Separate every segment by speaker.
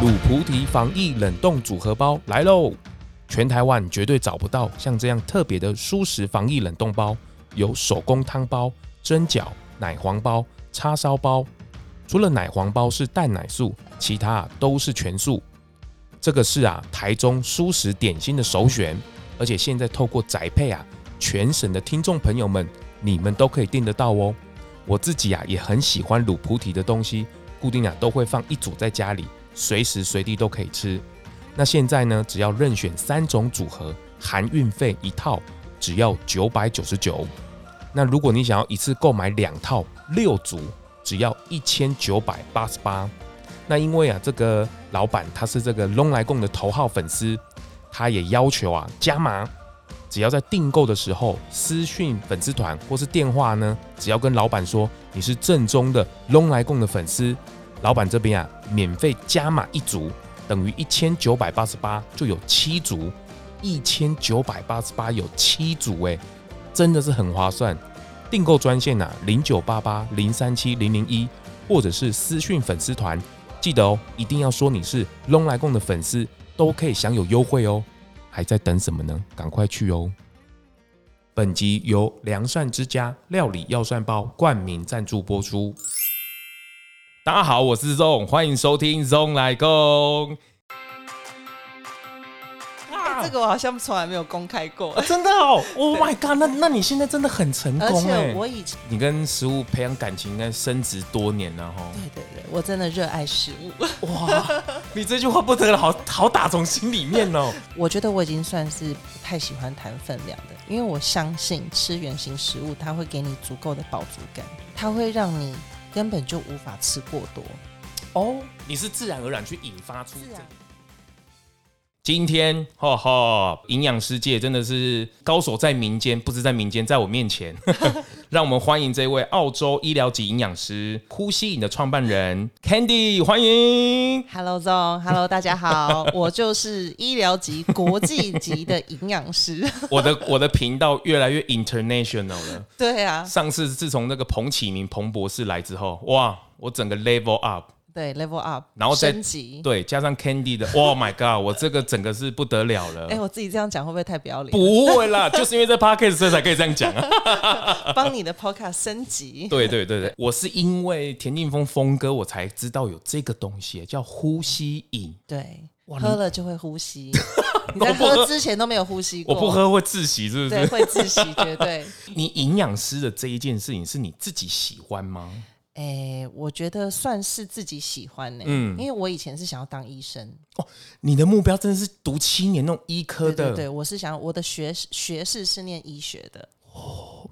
Speaker 1: 鲁菩提防疫冷冻组合包来喽！全台湾绝对找不到像这样特别的舒适防疫冷冻包，有手工汤包、蒸饺、奶黄包、叉烧包。除了奶黄包是蛋奶素，其他啊都是全素。这个是啊台中舒适点心的首选，而且现在透过宅配啊，全省的听众朋友们，你们都可以订得到哦。我自己啊也很喜欢卤菩提的东西，固定啊都会放一组在家里，随时随地都可以吃。那现在呢，只要任选三种组合，含运费一套只要九百九十九。那如果你想要一次购买两套六组，只要一千九百八十八。那因为啊，这个老板他是这个龙来贡的头号粉丝，他也要求啊加码，只要在订购的时候私讯粉丝团或是电话呢，只要跟老板说你是正宗的龙来贡的粉丝，老板这边啊免费加码一组，等于一千九百八十八就有七组，一千九百八十八有七组哎、真的是很划算。订购专线啊，零九八八零三七零零一，或者是私讯粉丝团，记得哦，一定要说你是龙来共的粉丝，都可以享有优惠哦。还在等什么呢？赶快去哦！本集由良善之家料理药膳包冠名赞助播出。大家好，我是 Zong，欢迎收听 Zong 来共。
Speaker 2: 哎这个我好像从来没有公开过，
Speaker 1: 真的哦，Oh my god！那那你现在真的很成
Speaker 2: 而
Speaker 1: 功哎
Speaker 2: 且、我以前
Speaker 1: 你跟食物培养感情，应该升值多年了哦哈。
Speaker 2: 对对对，我真的热爱食物，
Speaker 1: 哇，你这句话不得了，好好打从心里面哦。
Speaker 2: 我觉得我已经算是不太喜欢谈分量的，因为我相信吃原型食物，它会给你足够的饱足感，它会让你根本就无法吃过多。
Speaker 1: 哦，你是自然而然去引发出
Speaker 2: 是啊
Speaker 1: 这。今天，哈哈，营养师界真的是高手在民间，不知在民间，在我面 前。让我们欢迎这位澳洲医疗级营养师呼吸饮的创办人 Candy，欢迎。
Speaker 2: Hello Zong，Hello 大家好，我就是医疗级国际级的营养师。
Speaker 1: 我的我的频道越来越 international 了。
Speaker 2: 对啊，
Speaker 1: 上次自从那个彭启明彭博士来之后，哇，我整个 level up，
Speaker 2: 对 level up，
Speaker 1: 然后再
Speaker 2: 升级。
Speaker 1: 对，加上 Candy 的，Oh my god，我这个整个是不得了了。
Speaker 2: 哎、我自己这样讲会不会太不要脸？
Speaker 1: 不会啦， 就是因为在 podcast 所以才可以这样讲啊。
Speaker 2: 帮你的 podcast 升级。
Speaker 1: 对对对对，我是因为田径峰峰哥我才知道有这个东西，叫呼吸饮。
Speaker 2: 对，
Speaker 1: 哇
Speaker 2: 喝了就会 呼吸。你在喝之前都没有呼吸
Speaker 1: 我
Speaker 2: 过，
Speaker 1: 不，喝会窒息，是不
Speaker 2: 哦对，
Speaker 1: 是？
Speaker 2: 会窒息，绝对。
Speaker 1: 你营养师的这一件事情是你自己喜欢吗？
Speaker 2: 哎、我觉得算是自己喜欢呢、
Speaker 1: 嗯
Speaker 2: 因为我以前是想要当医生，
Speaker 1: 你的目标真的是读七年那种医科
Speaker 2: 对
Speaker 1: 的，
Speaker 2: 对对，我是想要我的学学士是念医学的，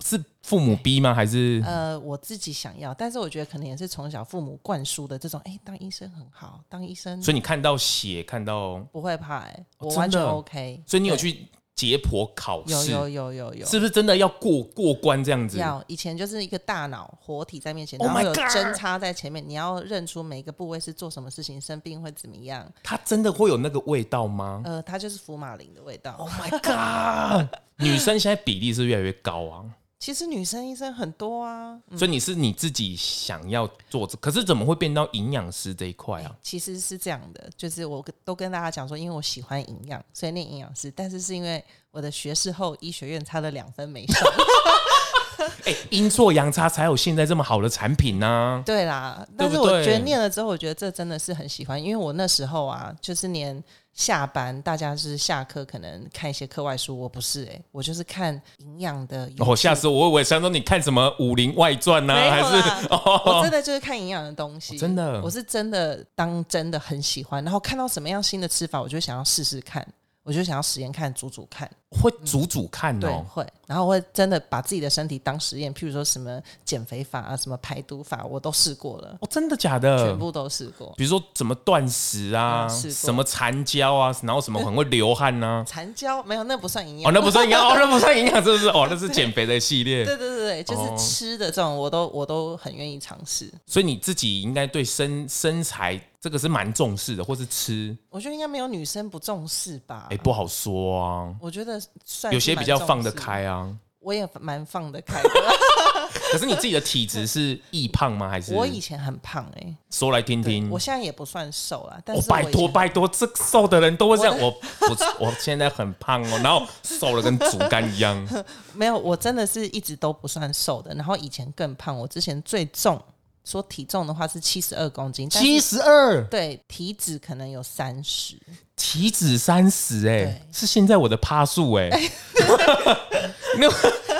Speaker 1: 是父母逼吗？还是
Speaker 2: 呃，我自己想要，但是我觉得可能也是从小父母灌输的这种，哎、当医生很好，当医生
Speaker 1: 所以你看到血，看到
Speaker 2: 不会怕、哎，
Speaker 1: 哦
Speaker 2: 我完全
Speaker 1: 真的
Speaker 2: OK，
Speaker 1: 所以你有
Speaker 2: 对
Speaker 1: 去解剖考
Speaker 2: 有
Speaker 1: 试，
Speaker 2: 有有有有
Speaker 1: 是不是真的要过过关这样子？
Speaker 2: 要以前就是一个大脑活体在面前，
Speaker 1: Oh
Speaker 2: 然后
Speaker 1: my
Speaker 2: 有
Speaker 1: God
Speaker 2: 针插在前面，你要认出每一个部位是做什么事情，生病会怎么样。
Speaker 1: 它真的会有那个味道吗、
Speaker 2: 呃，它就是福马林的味道。
Speaker 1: o h Oh my god！女生现在比例是越来越高啊，
Speaker 2: 其实女生医生很多啊，嗯
Speaker 1: 所以你是你自己想要做这，可是怎么会变到营养师这一块啊？
Speaker 2: 其实是这样的，就是我跟都跟大家讲说，因为我喜欢营养，所以念营养师，但是是因为我的学士后医学院差了两分没上。
Speaker 1: 哎、阴错阳差才有现在这么好的产品啊呢、
Speaker 2: 对啦，
Speaker 1: 对
Speaker 2: 但
Speaker 1: 不
Speaker 2: 是我
Speaker 1: 对
Speaker 2: 觉得念了之后，我觉得这真的是很喜欢，因为我那时候啊，就是连下班大家是下课可能看一些课外书，我不是哎、我就是看营养的 YouTube。
Speaker 1: 哦，下次我我也想说你看什么《武林外传、呐，
Speaker 2: 没有
Speaker 1: 还
Speaker 2: 啦
Speaker 1: 是哦
Speaker 2: 我真的就是看营养的东西，
Speaker 1: 真的
Speaker 2: 我是真的当真的很喜欢，然后看到什么样新的吃法，我就想要试试看，我就想要实验看、煮煮看，
Speaker 1: 会煮煮看
Speaker 2: 对，
Speaker 1: 哦？
Speaker 2: 会，然后我会真的把自己的身体当实验，譬如说什么减肥法啊、什么排毒法，我都试过了，
Speaker 1: 哦，真的假的？
Speaker 2: 全部都试过。
Speaker 1: 比如说怎么断食啊，
Speaker 2: 嗯试过
Speaker 1: 什么缠胶啊，然后什么很会流汗啊呐、
Speaker 2: 残胶没有，那不算营
Speaker 1: 哦，
Speaker 2: 养。
Speaker 1: 那不算营养，哦，那不算营养，是不是？哦，那是减肥的系列。
Speaker 2: 对对对对，就
Speaker 1: 哦
Speaker 2: 是吃的这种，我都我都很愿意尝试。
Speaker 1: 所以你自己应该对身身材这个是蛮重视的，或是吃，
Speaker 2: 我觉得应该没有女生不重视吧。
Speaker 1: 哎、不好说啊。
Speaker 2: 我觉得算是
Speaker 1: 有些比较
Speaker 2: 蛮重
Speaker 1: 放得
Speaker 2: 视，
Speaker 1: 开啊，
Speaker 2: 我也蛮放得开的。
Speaker 1: 可是你自己的体质是易胖吗？还 是
Speaker 2: 我以前很胖哎、
Speaker 1: 说来听
Speaker 2: 对
Speaker 1: 听？
Speaker 2: 我现在也不算瘦啦，但
Speaker 1: 我
Speaker 2: 是我
Speaker 1: 哦拜
Speaker 2: 以前
Speaker 1: 托拜托，这瘦的人都会这样。我我我现在很胖哦，然后瘦的跟竹竿一样。
Speaker 2: 没有，我真的是一直都不算瘦的，然后以前更胖，我之前最重说体重的话是七十二公斤，但是
Speaker 1: 七十二，
Speaker 2: 对体脂可能有三十，
Speaker 1: 体脂三十，哎
Speaker 2: 对，
Speaker 1: 是现在我的趴数哎。 那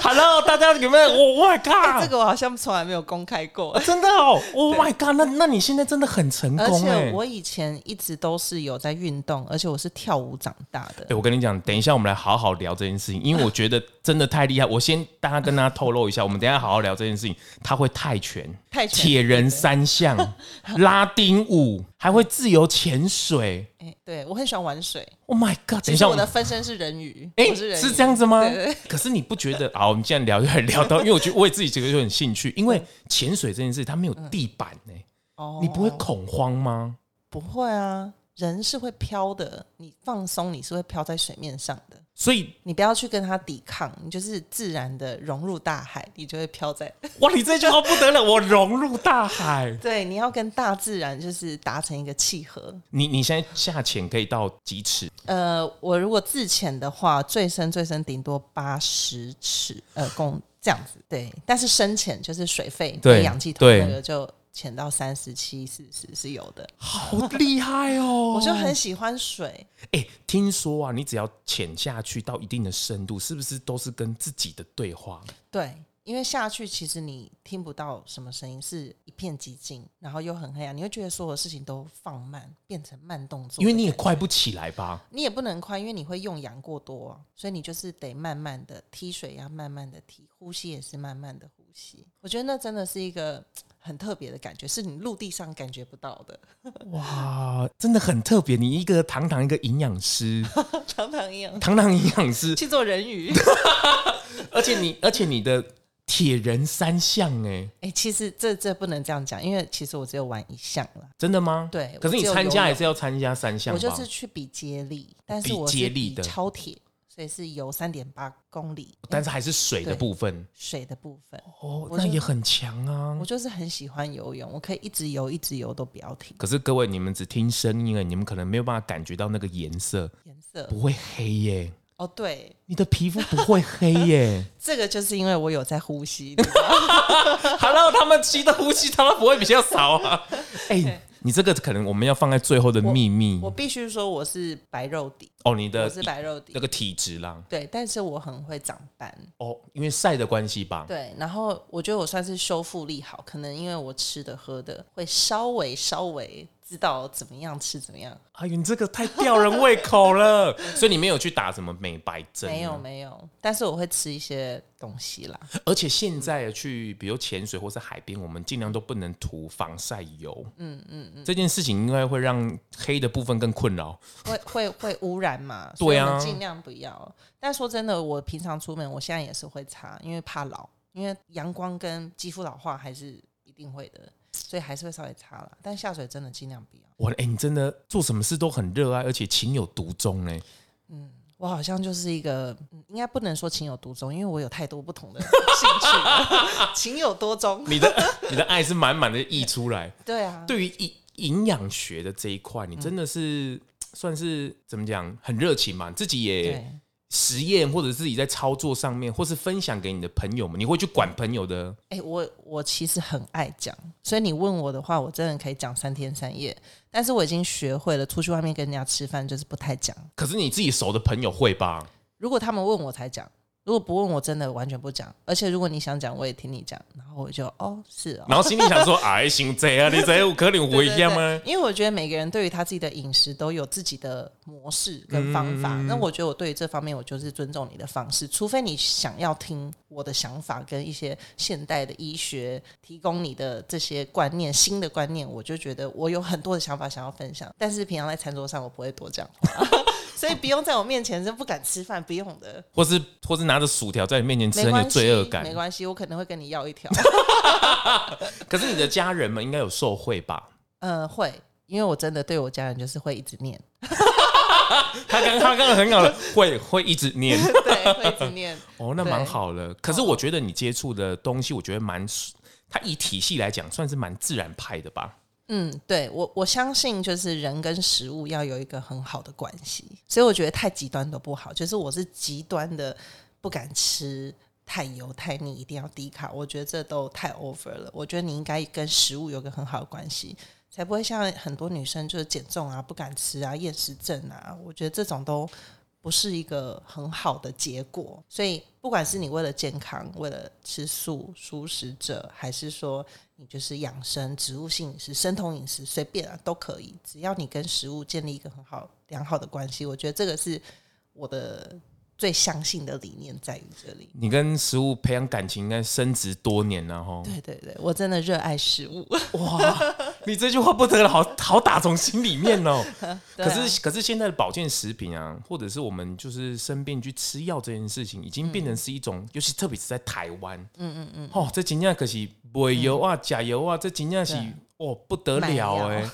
Speaker 1: Hello，大家有没有？我 Oh my
Speaker 2: 这
Speaker 1: God！
Speaker 2: 个我好像从来没有公开过。
Speaker 1: 真的哦，Oh my God！那那你现在真的很成
Speaker 2: 而
Speaker 1: 功哎
Speaker 2: 且。我以前一直都是有在运动，而且我是跳舞长大的。
Speaker 1: 对，我跟你讲，等一下我们来好好聊这件事情，因为我觉得真的太厉害。我先大家跟大家透露一下，我们等一下好好聊这件事情。他会泰拳、
Speaker 2: 泰拳
Speaker 1: 铁人三项、 拉丁舞，还会自由潜水。
Speaker 2: 哎，对我很喜欢玩水。
Speaker 1: Oh my god！等
Speaker 2: 其
Speaker 1: 一
Speaker 2: 实
Speaker 1: 下
Speaker 2: 我
Speaker 1: 我
Speaker 2: 的
Speaker 1: 们。
Speaker 2: 分身是人鱼，
Speaker 1: 哎、
Speaker 2: 我是人鱼
Speaker 1: 是这样子吗
Speaker 2: 对对对？
Speaker 1: 可是你不觉得？好，我们既然聊，越聊到，因为我觉得我也自己这个就很兴趣，因为潜水这件事它没有地板呢、
Speaker 2: 哦
Speaker 1: 你不会恐慌吗？
Speaker 2: 不会啊？人是会飘的，你放松，你是会飘在水面上的。
Speaker 1: 所以
Speaker 2: 你不要去跟它抵抗，你就是自然的融入大海，你就会飘在。。
Speaker 1: 哇，你这句话哦不得了，我融入大海
Speaker 2: 对，你要跟大自然就是达成一个契合。
Speaker 1: 你你现在下潜可以到几尺？
Speaker 2: 呃，我如果自潜的话，最深最深顶多八十尺，呃，公这样子。对，但是深潜就是水肺
Speaker 1: 对
Speaker 2: 没氧气筒那
Speaker 1: 对
Speaker 2: 个就潜到三十七、四十是有的。
Speaker 1: 好厉害哦！
Speaker 2: 我就很喜欢水，
Speaker 1: 哎、听说啊，你只要潜下去到一定的深度，是不是都是跟自己的对话？
Speaker 2: 对，因为下去其实你听不到什么声音，是一片寂静，然后又很黑暗，你会觉得所有事情都放慢，变成慢动作的感觉。
Speaker 1: 因为你也快不起来吧？
Speaker 2: 你也不能快，因为你会用氧过多、啊，所以你就是得慢慢的踢水，要慢慢的踢，呼吸也是慢慢的呼吸。我觉得那真的是一个嘖很特别的感觉，是你陆地上感觉不到的。
Speaker 1: 哇，真的很特别！你一个堂堂一个营养师，
Speaker 2: 常常一样
Speaker 1: 堂堂营养师，
Speaker 2: 去做人鱼，
Speaker 1: 而且你而且你的铁人三项哎、
Speaker 2: 哎、其实这这不能这样讲，因为其实我只有玩一项啦。
Speaker 1: 真的吗？
Speaker 2: 对
Speaker 1: 可是你
Speaker 2: 我只有
Speaker 1: 参加
Speaker 2: 游
Speaker 1: 还
Speaker 2: 泳
Speaker 1: 是要参加三项吧？
Speaker 2: 我就是去比接力，但是
Speaker 1: 比
Speaker 2: 我
Speaker 1: 接
Speaker 2: 是
Speaker 1: 力
Speaker 2: 比
Speaker 1: 的
Speaker 2: 超铁，所以是游三点八公里，
Speaker 1: 但是还是水的
Speaker 2: 对
Speaker 1: 部分
Speaker 2: 水的部分。
Speaker 1: 哦，
Speaker 2: 我
Speaker 1: 那
Speaker 2: 就
Speaker 1: 也很强啊
Speaker 2: 我。就是很喜欢游泳，我可以一直游，一直游都不要停。
Speaker 1: 可是各位，你们只听声音而已，你们可能没有办法感觉到那个颜色，
Speaker 2: 颜色
Speaker 1: 不会黑耶、
Speaker 2: 哦，对，
Speaker 1: 你的皮肤不会黑 耶、
Speaker 2: 这个就是因为我有在 呼吸，
Speaker 1: Hello，他们吸的呼吸，他们不会比较少啊。 哎、你这个可能我们要放在最后的秘密
Speaker 2: 我必须说我是白肉底，
Speaker 1: 哦，你的
Speaker 2: 我是白肉底
Speaker 1: 那，个体质啦，
Speaker 2: 对，但是我很会长斑，
Speaker 1: 哦，因为晒的关系吧。
Speaker 2: 对，然后我觉得我算是修复力好，可能因为我吃的喝的会稍微稍微知道怎么样吃怎么样，
Speaker 1: 哎呦，你这个太吊人胃口 了，所以你没有去打什么美白针，
Speaker 2: 没有。没有，但是我会吃一些东西啦，
Speaker 1: 而且现在啊去，比如潜水或是海边，我们尽量都不能涂防晒油。嗯嗯嗯，这件事情应该会让黑的部分更困扰。
Speaker 2: 会会会污染嘛，
Speaker 1: 对
Speaker 2: 所以我
Speaker 1: 啊
Speaker 2: 们尽量不要。但说真的，我平常出门，我现在也是会擦，因为怕老，因为阳光跟肌肤老化还是一定会的，所以还是会稍微擦啦。但下水真的尽量不要。
Speaker 1: 哇，哎、你真的做什么事都很热爱，而且情有独钟呢。
Speaker 2: 我好像就是一个，嗯应该不能说情有独钟，因为我有太多不同的兴趣了， 情有多钟。
Speaker 1: 你 的你的爱是满满的溢出来。
Speaker 2: 对啊，
Speaker 1: 对于营营养学的这一块，你真的是、算是怎么讲，很热情嘛？自己也
Speaker 2: 对，
Speaker 1: 实验，或者自己在操作上面，或是分享给你的朋友们，你会去管朋友的
Speaker 2: 哎、我我其实很爱讲，所以你问我的话，我真的可以讲三天三夜。但是我已经学会了，出去外面跟人家吃饭就是不太讲。
Speaker 1: 可是你自己熟的朋友会吧？
Speaker 2: 如果他们问我才讲，如果不问我真的完全不讲。而且如果你想讲，我也听你讲，然后我就哦是哦。
Speaker 1: 然后心里想 说：“哎，行这样，你这样可能我
Speaker 2: 对
Speaker 1: 一
Speaker 2: 对
Speaker 1: 样
Speaker 2: 对
Speaker 1: 吗？”
Speaker 2: 因为我觉得每个人对于他自己的饮食都有自己的模式跟方法。
Speaker 1: 嗯
Speaker 2: 那我觉得我对于这方面，我就是尊重你的方式，除非你想要听我的想法跟一些现代的医学提供你的这些观念、新的观念，我就觉得我有很多的想法想要分享。但是平常在餐桌上，我不会多讲话， 所以不用在我面前是不敢吃饭，不用的。
Speaker 1: 或是或是拿着薯条在你面前吃，
Speaker 2: 没
Speaker 1: 很有
Speaker 2: 关系，
Speaker 1: 罪恶感
Speaker 2: 没。关系，我可能会跟你要一条。
Speaker 1: 可是你的家人们应该有受贿吧？
Speaker 2: 呃，会，因为我真的对 我家人就是会一直念，
Speaker 1: 他刚他刚刚很好的会会一直念，
Speaker 2: 对，对，会一直 念。
Speaker 1: 哦，那
Speaker 2: 对
Speaker 1: 蛮好了。可是我觉得你接触的东西，我觉得蛮，它以体系来讲算是蛮自然派的吧。
Speaker 2: 嗯，对我我相信就是人跟食物要有一个很好的关系，所以我觉得太极端都不好。就是我是极端的不敢吃太油太腻，一定要低卡，我觉得这都太 over 了。我觉得你应该跟食物有个很好的关系，才不会像很多女生就是减重啊、不敢吃啊、厌食症啊，我觉得这种都。不是一个很好的结果，所以不管是你为了健康、为了吃素、素食者，还是说你就是养生、植物性饮食、生酮饮食，随便啊都可以，只要你跟食物建立一个很好良好的关系，我觉得这个是我的最相信的理念在于这里。
Speaker 1: 你跟食物培养感情，应该升值多年了哈。
Speaker 2: 对对对，我真的热爱食物。
Speaker 1: 你这句话不得了，好好打从心里面 哦。可
Speaker 2: 对啊
Speaker 1: 是，可是现在的保健食品啊，或者是我们就是生病去吃药这件事情，已经变成是一种，尤其特别是在台湾，嗯嗯嗯，哦，这真正可是尾油啊、假油啊，这真正是
Speaker 2: 对
Speaker 1: 哦不得了哎、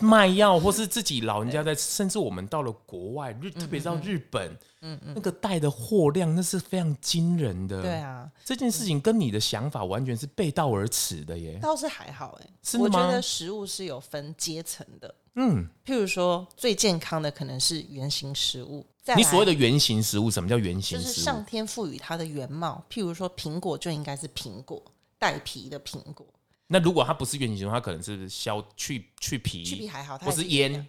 Speaker 1: 卖药或是自己老人家 在，甚至我们到了国外，日特别是到日本，嗯嗯，那个带的货量那是非常惊人的，
Speaker 2: 对，啊，
Speaker 1: 这件事情跟你的想法完全是背道而驰的耶，
Speaker 2: 倒是还好哎、
Speaker 1: 是
Speaker 2: 我
Speaker 1: 吗
Speaker 2: 觉得食物是有分阶层的。嗯，譬如说最健康的可能是原型食物，再
Speaker 1: 你所谓
Speaker 2: 的
Speaker 1: 的原型食物，什么叫原型
Speaker 2: 就是
Speaker 1: 食物
Speaker 2: 上？天赋予它的原貌，譬如说苹果就应该是苹果，带皮的苹果。
Speaker 1: 那如果它不是原型食物，它可能是削去去皮，
Speaker 2: 去皮还好，它
Speaker 1: 或
Speaker 2: 也
Speaker 1: 是
Speaker 2: 一样
Speaker 1: 腌。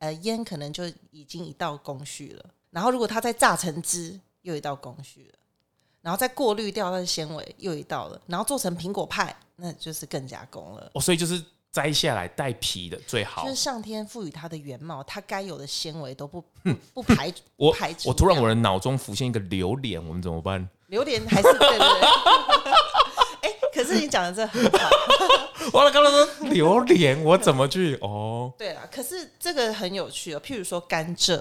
Speaker 2: 呃，腌可能就已经一道工序了。然后如果它再榨成汁，又一道工序了。然后再过滤掉它的纤维，又一道了。然后做成苹果派，那就是更加工了。
Speaker 1: 哦，所以就是摘下来带皮的最好
Speaker 2: 就是。上天赋予它的原貌，它该有的纤 维都不不不排
Speaker 1: 我
Speaker 2: 排除掉。
Speaker 1: 我突然我的脑中浮现一个榴莲，我们怎么办？
Speaker 2: 榴莲还是对对对。 哎、可是你讲的这很好，
Speaker 1: 我刚刚说榴莲，我怎么去？ 哦，
Speaker 2: 对啦。可是这个很有趣哦，譬如说甘蔗，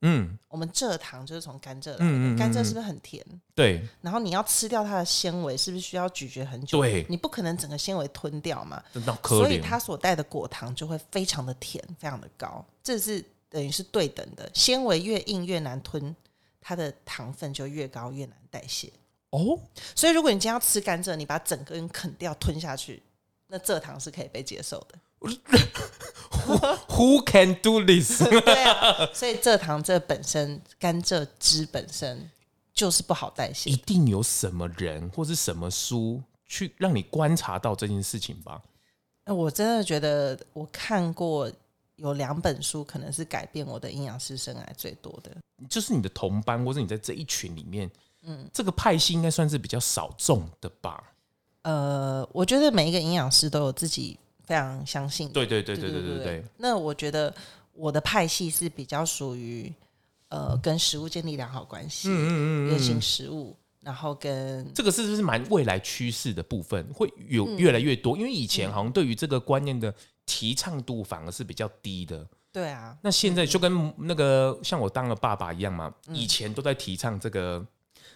Speaker 1: 嗯，
Speaker 2: 我们蔗糖就是从甘蔗来的。
Speaker 1: 嗯嗯嗯
Speaker 2: 甘蔗
Speaker 1: 嗯
Speaker 2: 是不是很甜？
Speaker 1: 对
Speaker 2: 然后你要吃掉它的纤维，是不是需要咀嚼很久？
Speaker 1: 对
Speaker 2: 你不可能整个纤维吞掉嘛，
Speaker 1: 那可
Speaker 2: 所以
Speaker 1: 怜。
Speaker 2: 它所带的果糖就会非常的甜，非常的高，这是等于是对等的。纤维越硬越难吞，它的糖分就越高越难代谢。
Speaker 1: 哦，
Speaker 2: 所以如果你今天要吃甘蔗，你把整根啃掉吞下去，那蔗糖是可以被接受的。
Speaker 1: Who can do this？
Speaker 2: 对啊，所以蔗糖这本身，甘蔗汁本身就是不好代谢
Speaker 1: 一。定有什么人或是什么书去让你观察到这件事情吧？
Speaker 2: 哎我真的觉得我看过有两本书，可能是改变我的营养师生涯最多的。
Speaker 1: 就是你的同班，或是你在这一群里面，嗯，这个派系应该算是比较少众的吧？
Speaker 2: 呃，我觉得每一个营养师都有自己非常相信的。
Speaker 1: 对对对对对对对。
Speaker 2: 那我觉得我的派系是比较属于呃跟食物建立良好关系，
Speaker 1: 嗯嗯嗯
Speaker 2: 原型食物，然后跟
Speaker 1: 这个是不是蛮未来趋势的部分，会有
Speaker 2: 嗯
Speaker 1: 越来越多？因为以前好像对于这个观念的提倡度反而是比较低的。
Speaker 2: 对啊，
Speaker 1: 那现在就跟那个像我当了爸爸一样嘛，
Speaker 2: 嗯
Speaker 1: 以前都在提倡这个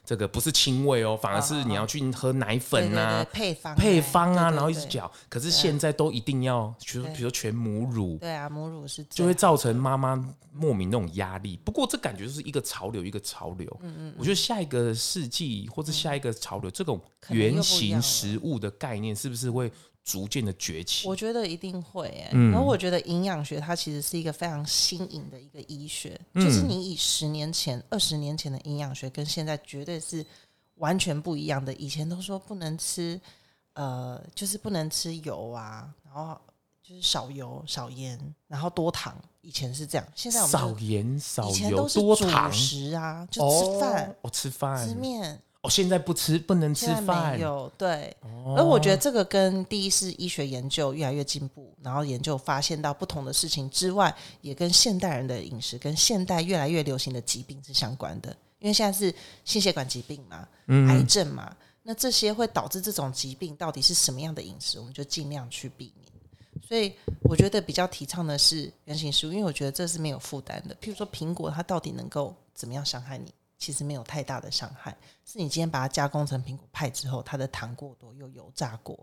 Speaker 1: 这个不是亲喂哦，反而是你要去喝奶粉啊
Speaker 2: 哦对对、对配方
Speaker 1: 配方啊，
Speaker 2: 对对
Speaker 1: 然后一直
Speaker 2: 对
Speaker 1: 搅。可是现在都一定要，比如比如说全母乳，
Speaker 2: 对啊，母乳是
Speaker 1: 就
Speaker 2: 最
Speaker 1: 会造成妈妈莫名那种压力。不过这感觉就是一个潮流，一个潮流。嗯嗯，我觉得下一个世纪或者下一个潮流，这种
Speaker 2: 可能又不一样
Speaker 1: 原型食物的概念是不是会逐渐的崛起？
Speaker 2: 我觉得一定会、欸，
Speaker 1: 嗯
Speaker 2: 然后我觉得营养学它其实是一个非常新颖的一个医学，
Speaker 1: 嗯
Speaker 2: 就是你以十年前、二十年前的营养学跟现在绝对是完全不一样的。以前都说不能吃，呃，就是不能吃油啊，然后就是少油、少盐，然后多糖。以前是这样，现在我
Speaker 1: 少
Speaker 2: 们
Speaker 1: 盐
Speaker 2: 就
Speaker 1: 少
Speaker 2: 以前
Speaker 1: 油
Speaker 2: 都是
Speaker 1: 多糖
Speaker 2: 主食啊，就吃饭、
Speaker 1: 哦，吃
Speaker 2: 吃
Speaker 1: 饭
Speaker 2: 面，
Speaker 1: 哦，现在不吃不能吃
Speaker 2: 现在
Speaker 1: 饭哦
Speaker 2: 没，有对，而我觉得这个跟第一是医学研究越来越进步，然后研究发现到不同的事情之外，也跟现代人的饮食跟现代越来越流行的疾病是相关的。因为现在是心血管疾病嘛，
Speaker 1: 嗯
Speaker 2: 癌症嘛，那这些会导致这种疾病到底是什么样的饮食，我们就尽量去避免。所以我觉得比较提倡的是原型食物，因为我觉得这是没有负担的。譬如说苹果，它到底能够怎么样伤害你？其实没有太大的伤害，是你今天把它加工成苹果派之后，它的糖过多，又油炸过，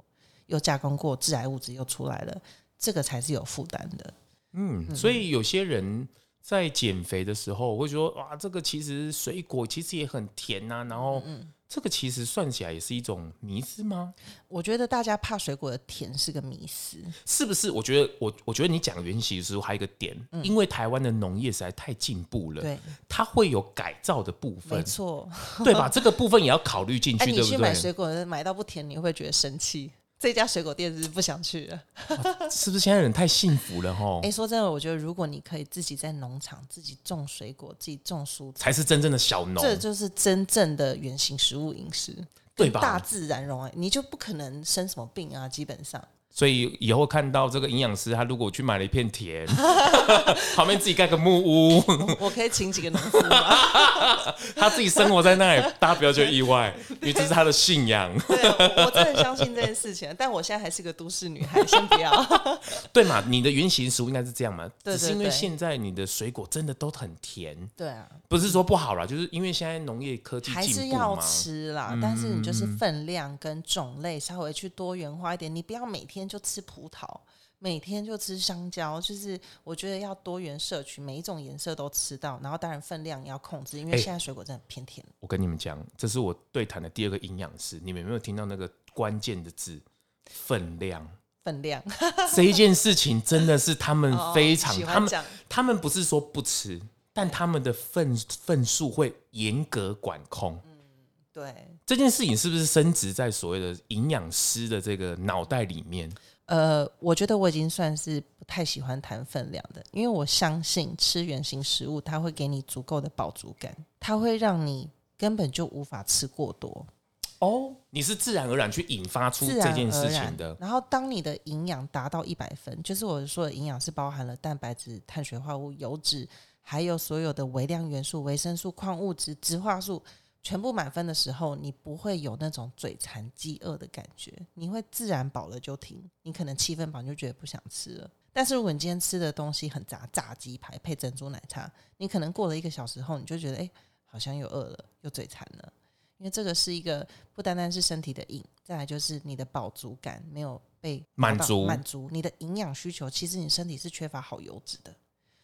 Speaker 2: 又加工过，致癌物质又出来了，这个才是有负担的。
Speaker 1: 嗯，所以有些人在减肥的时候，我会觉得哇，这个其实水果其实也很甜呐、然后
Speaker 2: 嗯
Speaker 1: 这个其实算起来也是一种迷思吗？
Speaker 2: 我觉得大家怕水果的甜是个迷思，
Speaker 1: 是不是？我觉得我我觉得你讲原型的时候还有一个点，因为台湾的农业实在太进步了，
Speaker 2: 嗯对，
Speaker 1: 它会有改造的部
Speaker 2: 没
Speaker 1: 分，
Speaker 2: 错。
Speaker 1: 对吧？这个部分也要考虑进去，
Speaker 2: 哎，你
Speaker 1: 对
Speaker 2: 去
Speaker 1: 不
Speaker 2: 买
Speaker 1: 对？
Speaker 2: 水果买到不甜，你会不会觉得生气？这家水果店是不是不想去了。
Speaker 1: 是不是现在人太幸福了哈？
Speaker 2: 哎，说真的，我觉得如果你可以自己在农场自己种水果，自己种蔬菜，
Speaker 1: 才是真正的小农，
Speaker 2: 这就是真正的原型食物饮食，
Speaker 1: 对
Speaker 2: 跟
Speaker 1: 吧
Speaker 2: 大自然融合，你就不可能生什么病啊，基本上。
Speaker 1: 所以以后看到这个营养师，他如果去买了一片田， 旁边自己盖个木屋，
Speaker 2: 我可以请几个农夫吗？
Speaker 1: 他自己生活在那 里，大家不要觉得意外，因为这是他的信仰，
Speaker 2: 对，我我真的相信这件事情，啊但我现在还是个都市女孩，先不要。
Speaker 1: 对嘛？你的原型食物应该是这样嘛？
Speaker 2: 对对
Speaker 1: 只是因为
Speaker 2: 对
Speaker 1: 现在你的水果真的都很甜，
Speaker 2: 对啊，
Speaker 1: 不是说不好啦，就是因为现在农业科技
Speaker 2: 还是
Speaker 1: 进步
Speaker 2: 要
Speaker 1: 嘛。
Speaker 2: 吃啦，
Speaker 1: 嗯
Speaker 2: 但是你就是分量跟种类稍微去多元化一点，你不要每天就吃葡萄。每天就吃香蕉，就是我觉得要多元摄取，每一种颜色都吃到，然后当然分量也要控制，因为
Speaker 1: 哎
Speaker 2: 现在水果真的偏甜。
Speaker 1: 我跟你们讲，这是我对谈的第二个营养师，你们有没有听到那个关键的字？分 量
Speaker 2: 分量，
Speaker 1: 这一件事情真的是他们嗯 非常，
Speaker 2: 哦喜
Speaker 1: 他
Speaker 2: 欢
Speaker 1: 们
Speaker 2: 讲
Speaker 1: 他们不是说不吃，但他们的份份数会严格管控。
Speaker 2: 嗯对，
Speaker 1: 这件事情是不是升值在所谓的营养师的这个脑袋里面？
Speaker 2: 呃，我觉得我已经算是不太喜欢谈分量的，因为我相信吃原型食物，它会给你足够的饱足感，它会让你根本就无法吃过多，
Speaker 1: 哦，你是自然而然去引发出
Speaker 2: 自
Speaker 1: 这
Speaker 2: 然
Speaker 1: 件
Speaker 2: 而
Speaker 1: 事
Speaker 2: 然
Speaker 1: 情的。
Speaker 2: 然后，当你的营养达到一百分，就是我说的营养是包含了蛋白质、碳水化合物、油脂，还有所有的微量元素、维生素、矿物质、植化素。全部满分的时候，你不会有那种嘴馋饥饿的感觉，你会自然饱了就停。你可能七分饱你就觉得不想吃了。但是如果你今天吃的东西很杂，炸鸡排配珍珠奶茶，你可能过了一个小时后，你就觉得哎、诶好像又饿了，又嘴馋了。因为这个是一个不单单是身体的瘾，再来就是你的饱足感没有被
Speaker 1: 满
Speaker 2: 达到
Speaker 1: 足
Speaker 2: 满足你的营养需求。其实你身体是缺乏好油脂的，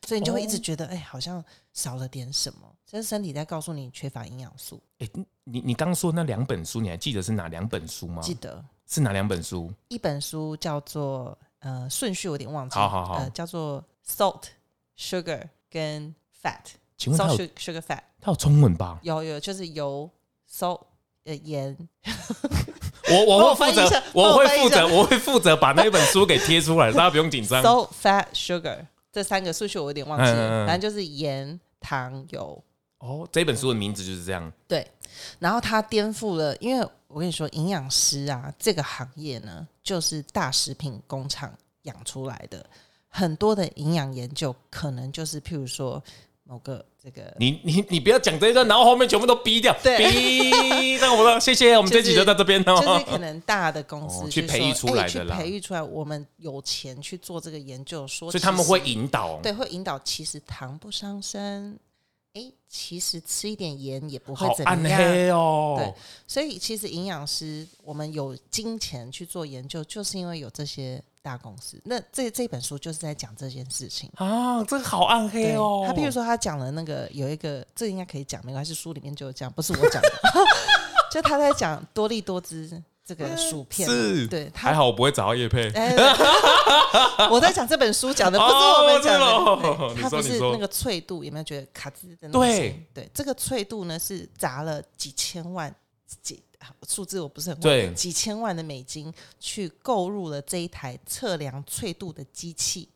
Speaker 2: 所以你就会
Speaker 1: 哦
Speaker 2: 一直觉得，哎、好像少了点什么。这是身体在告诉你缺乏营养素。
Speaker 1: 哎、你你刚说那两本书，你还记得是哪两本书吗？
Speaker 2: 记得
Speaker 1: 是哪两本书？
Speaker 2: 一本书叫做呃顺序我有点忘记，
Speaker 1: 好好好
Speaker 2: 呃叫做 Salt、Sugar 跟 Fat。
Speaker 1: 请问
Speaker 2: Salt,
Speaker 1: 它有
Speaker 2: Sugar, Sugar, Fat
Speaker 1: 它有中文吧？
Speaker 2: 有有就是油 salt 呃盐
Speaker 1: 我我会负
Speaker 2: 帮我翻译一
Speaker 1: 责
Speaker 2: 下，
Speaker 1: 我
Speaker 2: 帮我
Speaker 1: 会
Speaker 2: 翻译
Speaker 1: 负
Speaker 2: 一下
Speaker 1: 责，我会负责把那一本书给贴出来，大家不用紧张。
Speaker 2: salt fat sugar 这三个数学我有点忘记
Speaker 1: 嗯嗯嗯
Speaker 2: 了，反正就是盐糖油
Speaker 1: 哦，这本书的名字就是这样。
Speaker 2: 对，然后它颠覆了，因为我跟你说，营养师啊这个行业呢，就是大食品工厂养出来的，很多的营养研究可能就是譬如说某个 这个。
Speaker 1: 你你你不要讲这一段，然后后面全部都逼掉，
Speaker 2: 对
Speaker 1: 逼。那我们谢谢，我们
Speaker 2: 就
Speaker 1: 这
Speaker 2: 是
Speaker 1: 集就到这边哦。
Speaker 2: 就是可能大的公司
Speaker 1: 哦
Speaker 2: 就
Speaker 1: 去
Speaker 2: 说
Speaker 1: 培育
Speaker 2: 哎
Speaker 1: 出来的啦
Speaker 2: 去培育出来，我们有钱去做这个研究，说
Speaker 1: 所以
Speaker 2: 其
Speaker 1: 他们
Speaker 2: 实
Speaker 1: 会引导，
Speaker 2: 对，会引导其实糖不伤身，诶，其实吃一点盐也不会
Speaker 1: 好
Speaker 2: 怎
Speaker 1: 暗
Speaker 2: 么样。
Speaker 1: 黑哦
Speaker 2: 对。所以其实营养师我们有金钱去做研究，就是因为有这些大公司。那这这本书就是在讲这件事情。
Speaker 1: 啊，这个好暗黑
Speaker 2: 对
Speaker 1: 哦。
Speaker 2: 他譬如说他讲了那个有一个，这应该可以讲，没关系，书里面就有讲，不是我讲的， 就他在讲多利多汁这 个薯片嘛，
Speaker 1: 是
Speaker 2: 对他
Speaker 1: 还好我不会找到叶佩，
Speaker 2: 哎， 我在讲这本书讲的，不是我们讲
Speaker 1: 哦
Speaker 2: 的
Speaker 1: 我知道。
Speaker 2: 对
Speaker 1: 你
Speaker 2: 它
Speaker 1: 说
Speaker 2: 不
Speaker 1: 你
Speaker 2: 是
Speaker 1: 说
Speaker 2: 那个脆度，有没有觉得卡兹的那
Speaker 1: 对
Speaker 2: 个声？对，这个脆度呢是砸了几千万几啊数字，我不是很会
Speaker 1: 对
Speaker 2: 几千万的美金去购入了这一台测量脆度的机器，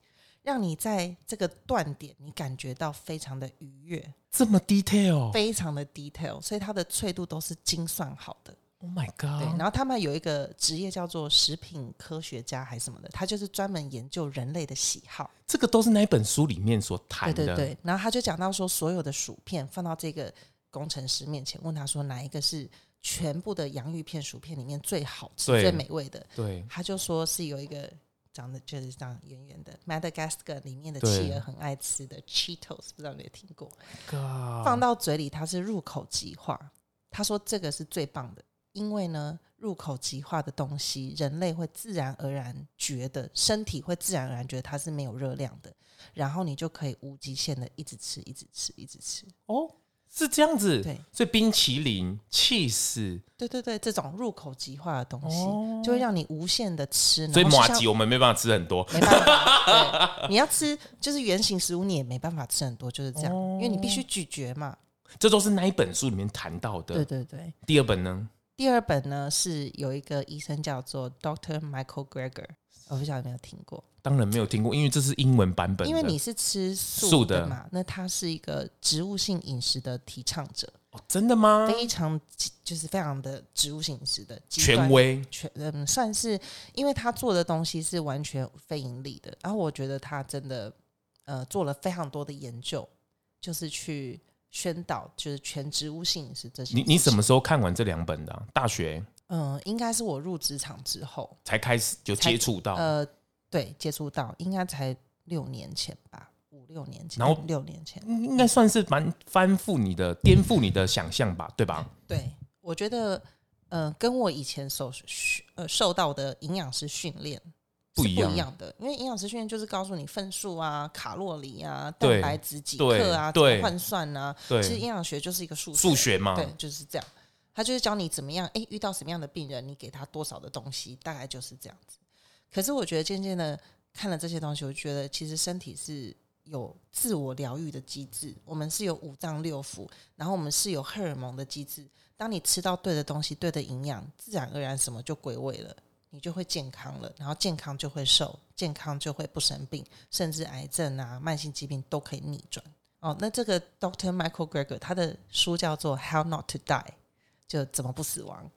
Speaker 2: 让你在这个断点你感觉到非常的愉悦，
Speaker 1: 这么 detail。
Speaker 2: 非常的 detail，所以它的脆度都是精算好的。
Speaker 1: Oh my
Speaker 2: 对，然
Speaker 1: god！
Speaker 2: 后他们有一个职业叫做食品科学家还是什么的，他就是专门研究人类的喜好。
Speaker 1: 这个都是那一本书里面所
Speaker 2: 对
Speaker 1: 谈
Speaker 2: 对
Speaker 1: 的。
Speaker 2: 对，然后他就讲到说，所有的薯片放到这个工程师面前，问他说哪一个是全部的洋芋片薯片里面最好吃、
Speaker 1: 对
Speaker 2: 最美味的，
Speaker 1: 对
Speaker 2: 他就说是有一个。长得就是这样圆圆的，Madagascar 里面的
Speaker 1: 对
Speaker 2: 企鹅很爱吃的 Cheetos，不知道你有听过？
Speaker 1: ，God，
Speaker 2: 放到嘴里它是入口即化。他说这个是最棒的，因为呢，入口即化的东西，人类会自然而然觉得，身体会自然而然觉得它是没有热量的，然后你就可以无极限的一直吃，一直吃，一直吃。
Speaker 1: 哦，是这样子。
Speaker 2: 对，
Speaker 1: 所以冰淇淋、cheese，
Speaker 2: 对对对，这种入口即化的东西，
Speaker 1: 哦
Speaker 2: 就会让你无限的吃，
Speaker 1: 所以
Speaker 2: 然后
Speaker 1: 马
Speaker 2: 是像
Speaker 1: 吉我们没办法吃很多。
Speaker 2: 没办法，对，你要吃就是圆形食物，你也没办法吃很多，就是这样，因为你必须咀嚼嘛。
Speaker 1: 这都是那一本书里面谈到的。
Speaker 2: 对对对。
Speaker 1: 第二本呢？
Speaker 2: 第二本呢是有一个医生叫做 Doctor Michael Greger，我不晓得有没有听过，
Speaker 1: 当然没有听过，因为这是英文版本的。
Speaker 2: 因为你是吃素
Speaker 1: 素
Speaker 2: 的
Speaker 1: 的
Speaker 2: 嘛，那他是一个植物性饮食的提倡者，
Speaker 1: 哦、真的吗？
Speaker 2: 非常就是非常的植物性饮食的极端
Speaker 1: 权威
Speaker 2: 全嗯算是，因为他做的东西是完全非盈利的，然后我觉得他真的呃做了非常多的研究，就是去宣导就是全植物性饮食这些。
Speaker 1: 你你什？么时候看完这两本的啊、大学
Speaker 2: 嗯、应该是我入职场之后，
Speaker 1: 才开始就
Speaker 2: 才
Speaker 1: 接触到，
Speaker 2: 呃，对，接触到应该才六年前吧，五六年前，
Speaker 1: 然后
Speaker 2: 六年前，
Speaker 1: 应应该算是蛮翻覆你的、颠覆你的想象吧，对吧？
Speaker 2: 对我觉得呃跟我以前所学呃受到的营养师训练。
Speaker 1: 不
Speaker 2: 是
Speaker 1: 一
Speaker 2: 不
Speaker 1: 样
Speaker 2: 一样的，因为营养师训练就是告诉你份数啊、卡路里啊、
Speaker 1: 对
Speaker 2: 蛋白质几
Speaker 1: 对
Speaker 2: 克啊、怎
Speaker 1: 对
Speaker 2: 么换算啊。其实
Speaker 1: 对，
Speaker 2: 营养学就是一个数
Speaker 1: 数学嘛，
Speaker 2: 对，就是这样。他就是教你怎么样，诶，遇到什么样的病人，你给他多少的东西，大概就是这样子。可是我觉得渐渐的看了这些东西，我觉得其实身体是有自我疗愈的机制，我们是有五脏六腑，然后我们是有荷尔蒙的机制。当你吃到对的东西、对的营养，自然而然什么就归位了，你就会健康了，然后健康就会瘦，健康就会不生病，甚至癌症啊、慢性疾病都可以逆转。哦，那这个 Doctor Michael Greger 他的书叫做《How Not to Die》，就怎么不死亡。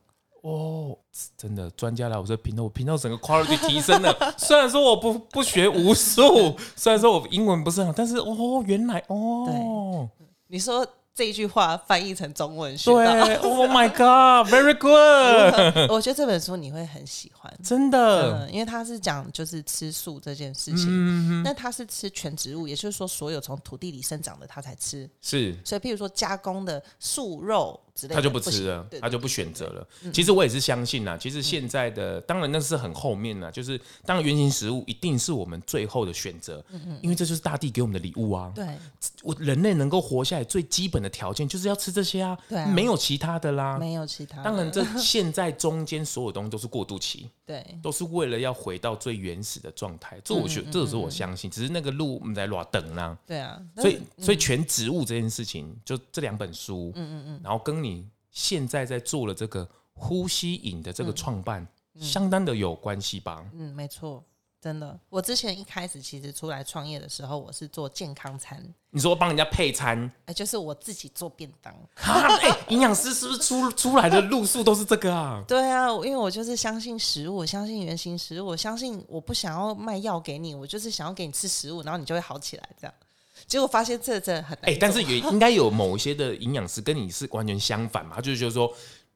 Speaker 1: 哦，真的，专家来我这频道，我频道整个 quality 提升了。 虽然说我不不学无术， 虽然说我英文不是很好，但是哦，原来哦，
Speaker 2: 你说这一句话翻译成中文学
Speaker 1: 对
Speaker 2: 到，
Speaker 1: ，Oh my God，very good，
Speaker 2: 我觉得这本书你会很喜欢，
Speaker 1: 真的，
Speaker 2: 嗯，因为他是讲就是吃素这件事情。
Speaker 1: 嗯，
Speaker 2: 那他是吃全植物，也就是说，所有从土地里生长的他才吃。
Speaker 1: 是。
Speaker 2: 所以，譬如说加工的素肉之类的，
Speaker 1: 他就不
Speaker 2: 行
Speaker 1: 吃了
Speaker 2: 对，对嗯
Speaker 1: 他就不选择了。其实我也是相信啦，其实现在的当然那是很后面啦，就是当然原型食物一定是我们最后的选择，因为这就是大地给我们的礼物啊。
Speaker 2: 嗯对
Speaker 1: 我人类能够活下来最基本的条件就是要吃这些啊，
Speaker 2: 对啊
Speaker 1: 没有其他的啦。
Speaker 2: 没有其他的。
Speaker 1: 当然，这现在中间所有东西都是过渡期，
Speaker 2: 对
Speaker 1: 都是为了要回到最原始的状态。这我觉，这是我相信，只是那个路我们在乱等啦。
Speaker 2: 对啊，那
Speaker 1: 所以，所以全植物这件事情，就这两本书，嗯嗯嗯嗯，然后跟你现在在做了这个呼吸饮的这个创办，相当的有关系吧？
Speaker 2: 嗯，没错，真的。我之前一开始其实出来创业的时候，我是做健康餐，
Speaker 1: 你说帮人家配餐，
Speaker 2: 哎、就是我自己做便当。
Speaker 1: 哈，哎、营养师是不是出出来的路数都是这个啊？
Speaker 2: 对啊，因为我就是相信食物，我相信原型食物，我相信我不想要卖药给你，我就是想要给你吃食物，然后你就会好起来。这样，结果发现这真的很难做。
Speaker 1: 哎、但是也 应该有某一些的营养师跟你是完全相反嘛，他就是觉得说。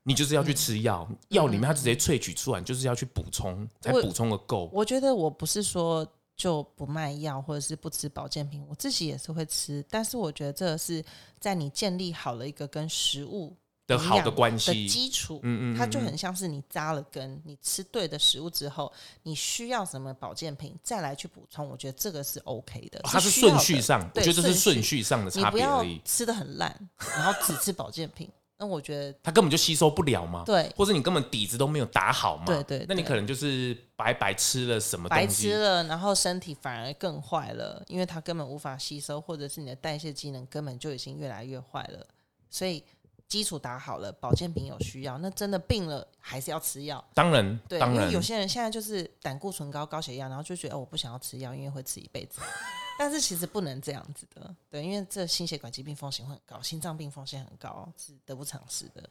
Speaker 1: 你就是要去吃药，
Speaker 2: 嗯
Speaker 1: 药里面他直接萃取出来，你就是要去补充，才
Speaker 2: 我
Speaker 1: 补充的够。
Speaker 2: 我觉得我不是说就不卖药或者是不吃保健品，我自己也是会吃，但是我觉得这是在你建立好了一个跟食物
Speaker 1: 的好
Speaker 2: 营养
Speaker 1: 的关系
Speaker 2: 的基础，
Speaker 1: 嗯嗯嗯
Speaker 2: 它就很像是你扎了根，你吃对的食物之后，你需要什么保健品再来去补充，我觉得这个是 OK 的，
Speaker 1: 哦它是
Speaker 2: 需要
Speaker 1: 顺序
Speaker 2: 的
Speaker 1: 上，我
Speaker 2: 对
Speaker 1: 觉得这是
Speaker 2: 顺
Speaker 1: 顺序上的
Speaker 2: 你
Speaker 1: 差
Speaker 2: 不
Speaker 1: 别
Speaker 2: 要
Speaker 1: 而已。
Speaker 2: 吃的很烂，然后只吃保健品，那我觉得
Speaker 1: 他根本就吸收不了嘛，
Speaker 2: 对，
Speaker 1: 或者你根本底子都没有打好嘛，
Speaker 2: 对对
Speaker 1: 那你
Speaker 2: 对
Speaker 1: 可能就是白白吃了什么
Speaker 2: 白
Speaker 1: 东
Speaker 2: 吃
Speaker 1: 西，
Speaker 2: 了，然后身体反而更坏了，因为它根本无法吸收，或者是你的代谢机能根本就已经越来越坏了。所以基础打好了，保健品有需要，那真的病了还是要吃药。
Speaker 1: 当然，
Speaker 2: 对，
Speaker 1: 当
Speaker 2: 因为
Speaker 1: 然
Speaker 2: 有，些人现在就是胆固醇高、高血压，然后就觉得、哦、我不想要吃药，因为会吃一辈子。 但是其实不能这样子的，对，因为这心血管疾病风险会很高，心脏病风险很高，是得不偿失的。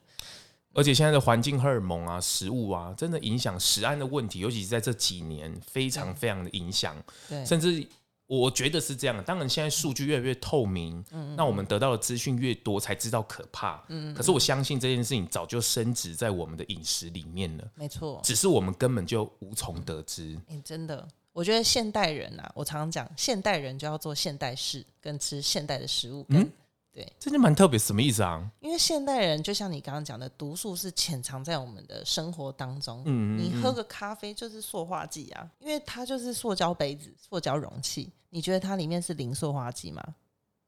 Speaker 1: 而且现在的环境荷尔蒙啊、食物啊，真的影响食安的问题，尤其是在这几年，非常非常的影响，
Speaker 2: 对，
Speaker 1: 甚至。我觉得是这样，当然现在数据越来越透明，
Speaker 2: 嗯
Speaker 1: 那我们得到的资讯越多，才知道可怕。可是我相信这件事情早就升值在我们的饮食里面了，
Speaker 2: 没错。
Speaker 1: 只是我们根本就无从得知。
Speaker 2: 哎、真的，我觉得
Speaker 1: 嗯
Speaker 2: 现代人啊，我常常讲，现代人就要做现代事，跟吃现代的食物，跟对，
Speaker 1: 这就蛮特别，什么意思啊？
Speaker 2: 因为现代人就像你刚刚讲的，毒素是潜藏在我们的生活当中。
Speaker 1: 嗯
Speaker 2: 你喝个咖啡就是塑化剂啊，因为它就是塑胶杯子、塑胶容器。你觉得它里面是零塑化剂吗？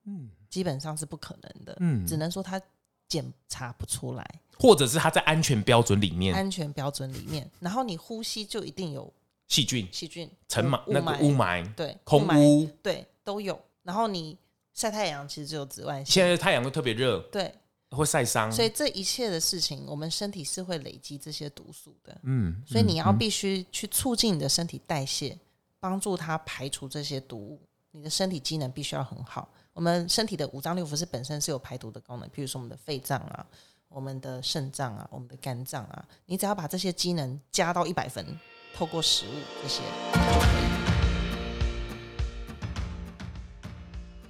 Speaker 1: 嗯
Speaker 2: 基本上是不可能的，
Speaker 1: 嗯
Speaker 2: 只能说它检查不出来，
Speaker 1: 或者是它在安全标准里面，
Speaker 2: 安全标准里面。然后你呼吸就一定有
Speaker 1: 细菌、
Speaker 2: 细菌、
Speaker 1: 尘螨、
Speaker 2: 雾
Speaker 1: 那个
Speaker 2: 霾
Speaker 1: 雾霾、
Speaker 2: 对，雾
Speaker 1: 空
Speaker 2: 霾
Speaker 1: 污，
Speaker 2: 对都有。然后你晒太阳其实只有紫外
Speaker 1: 现
Speaker 2: 线，
Speaker 1: 在太阳都特别热，
Speaker 2: 对，
Speaker 1: 会晒伤。
Speaker 2: 所以这一切的事情，我们身体是会累积这些毒素的。
Speaker 1: 嗯，
Speaker 2: 所以
Speaker 1: 嗯
Speaker 2: 你要必须去促进你的身体代谢，帮助它排除这些毒物。你的身体机能必须要很好。我们身体的五脏六腑是本身是有排毒的功能，比如说我们的肺脏啊、我们的肾脏啊、我们的肝脏啊，你只要把这些机能加到一百分，透过食物这些就可以。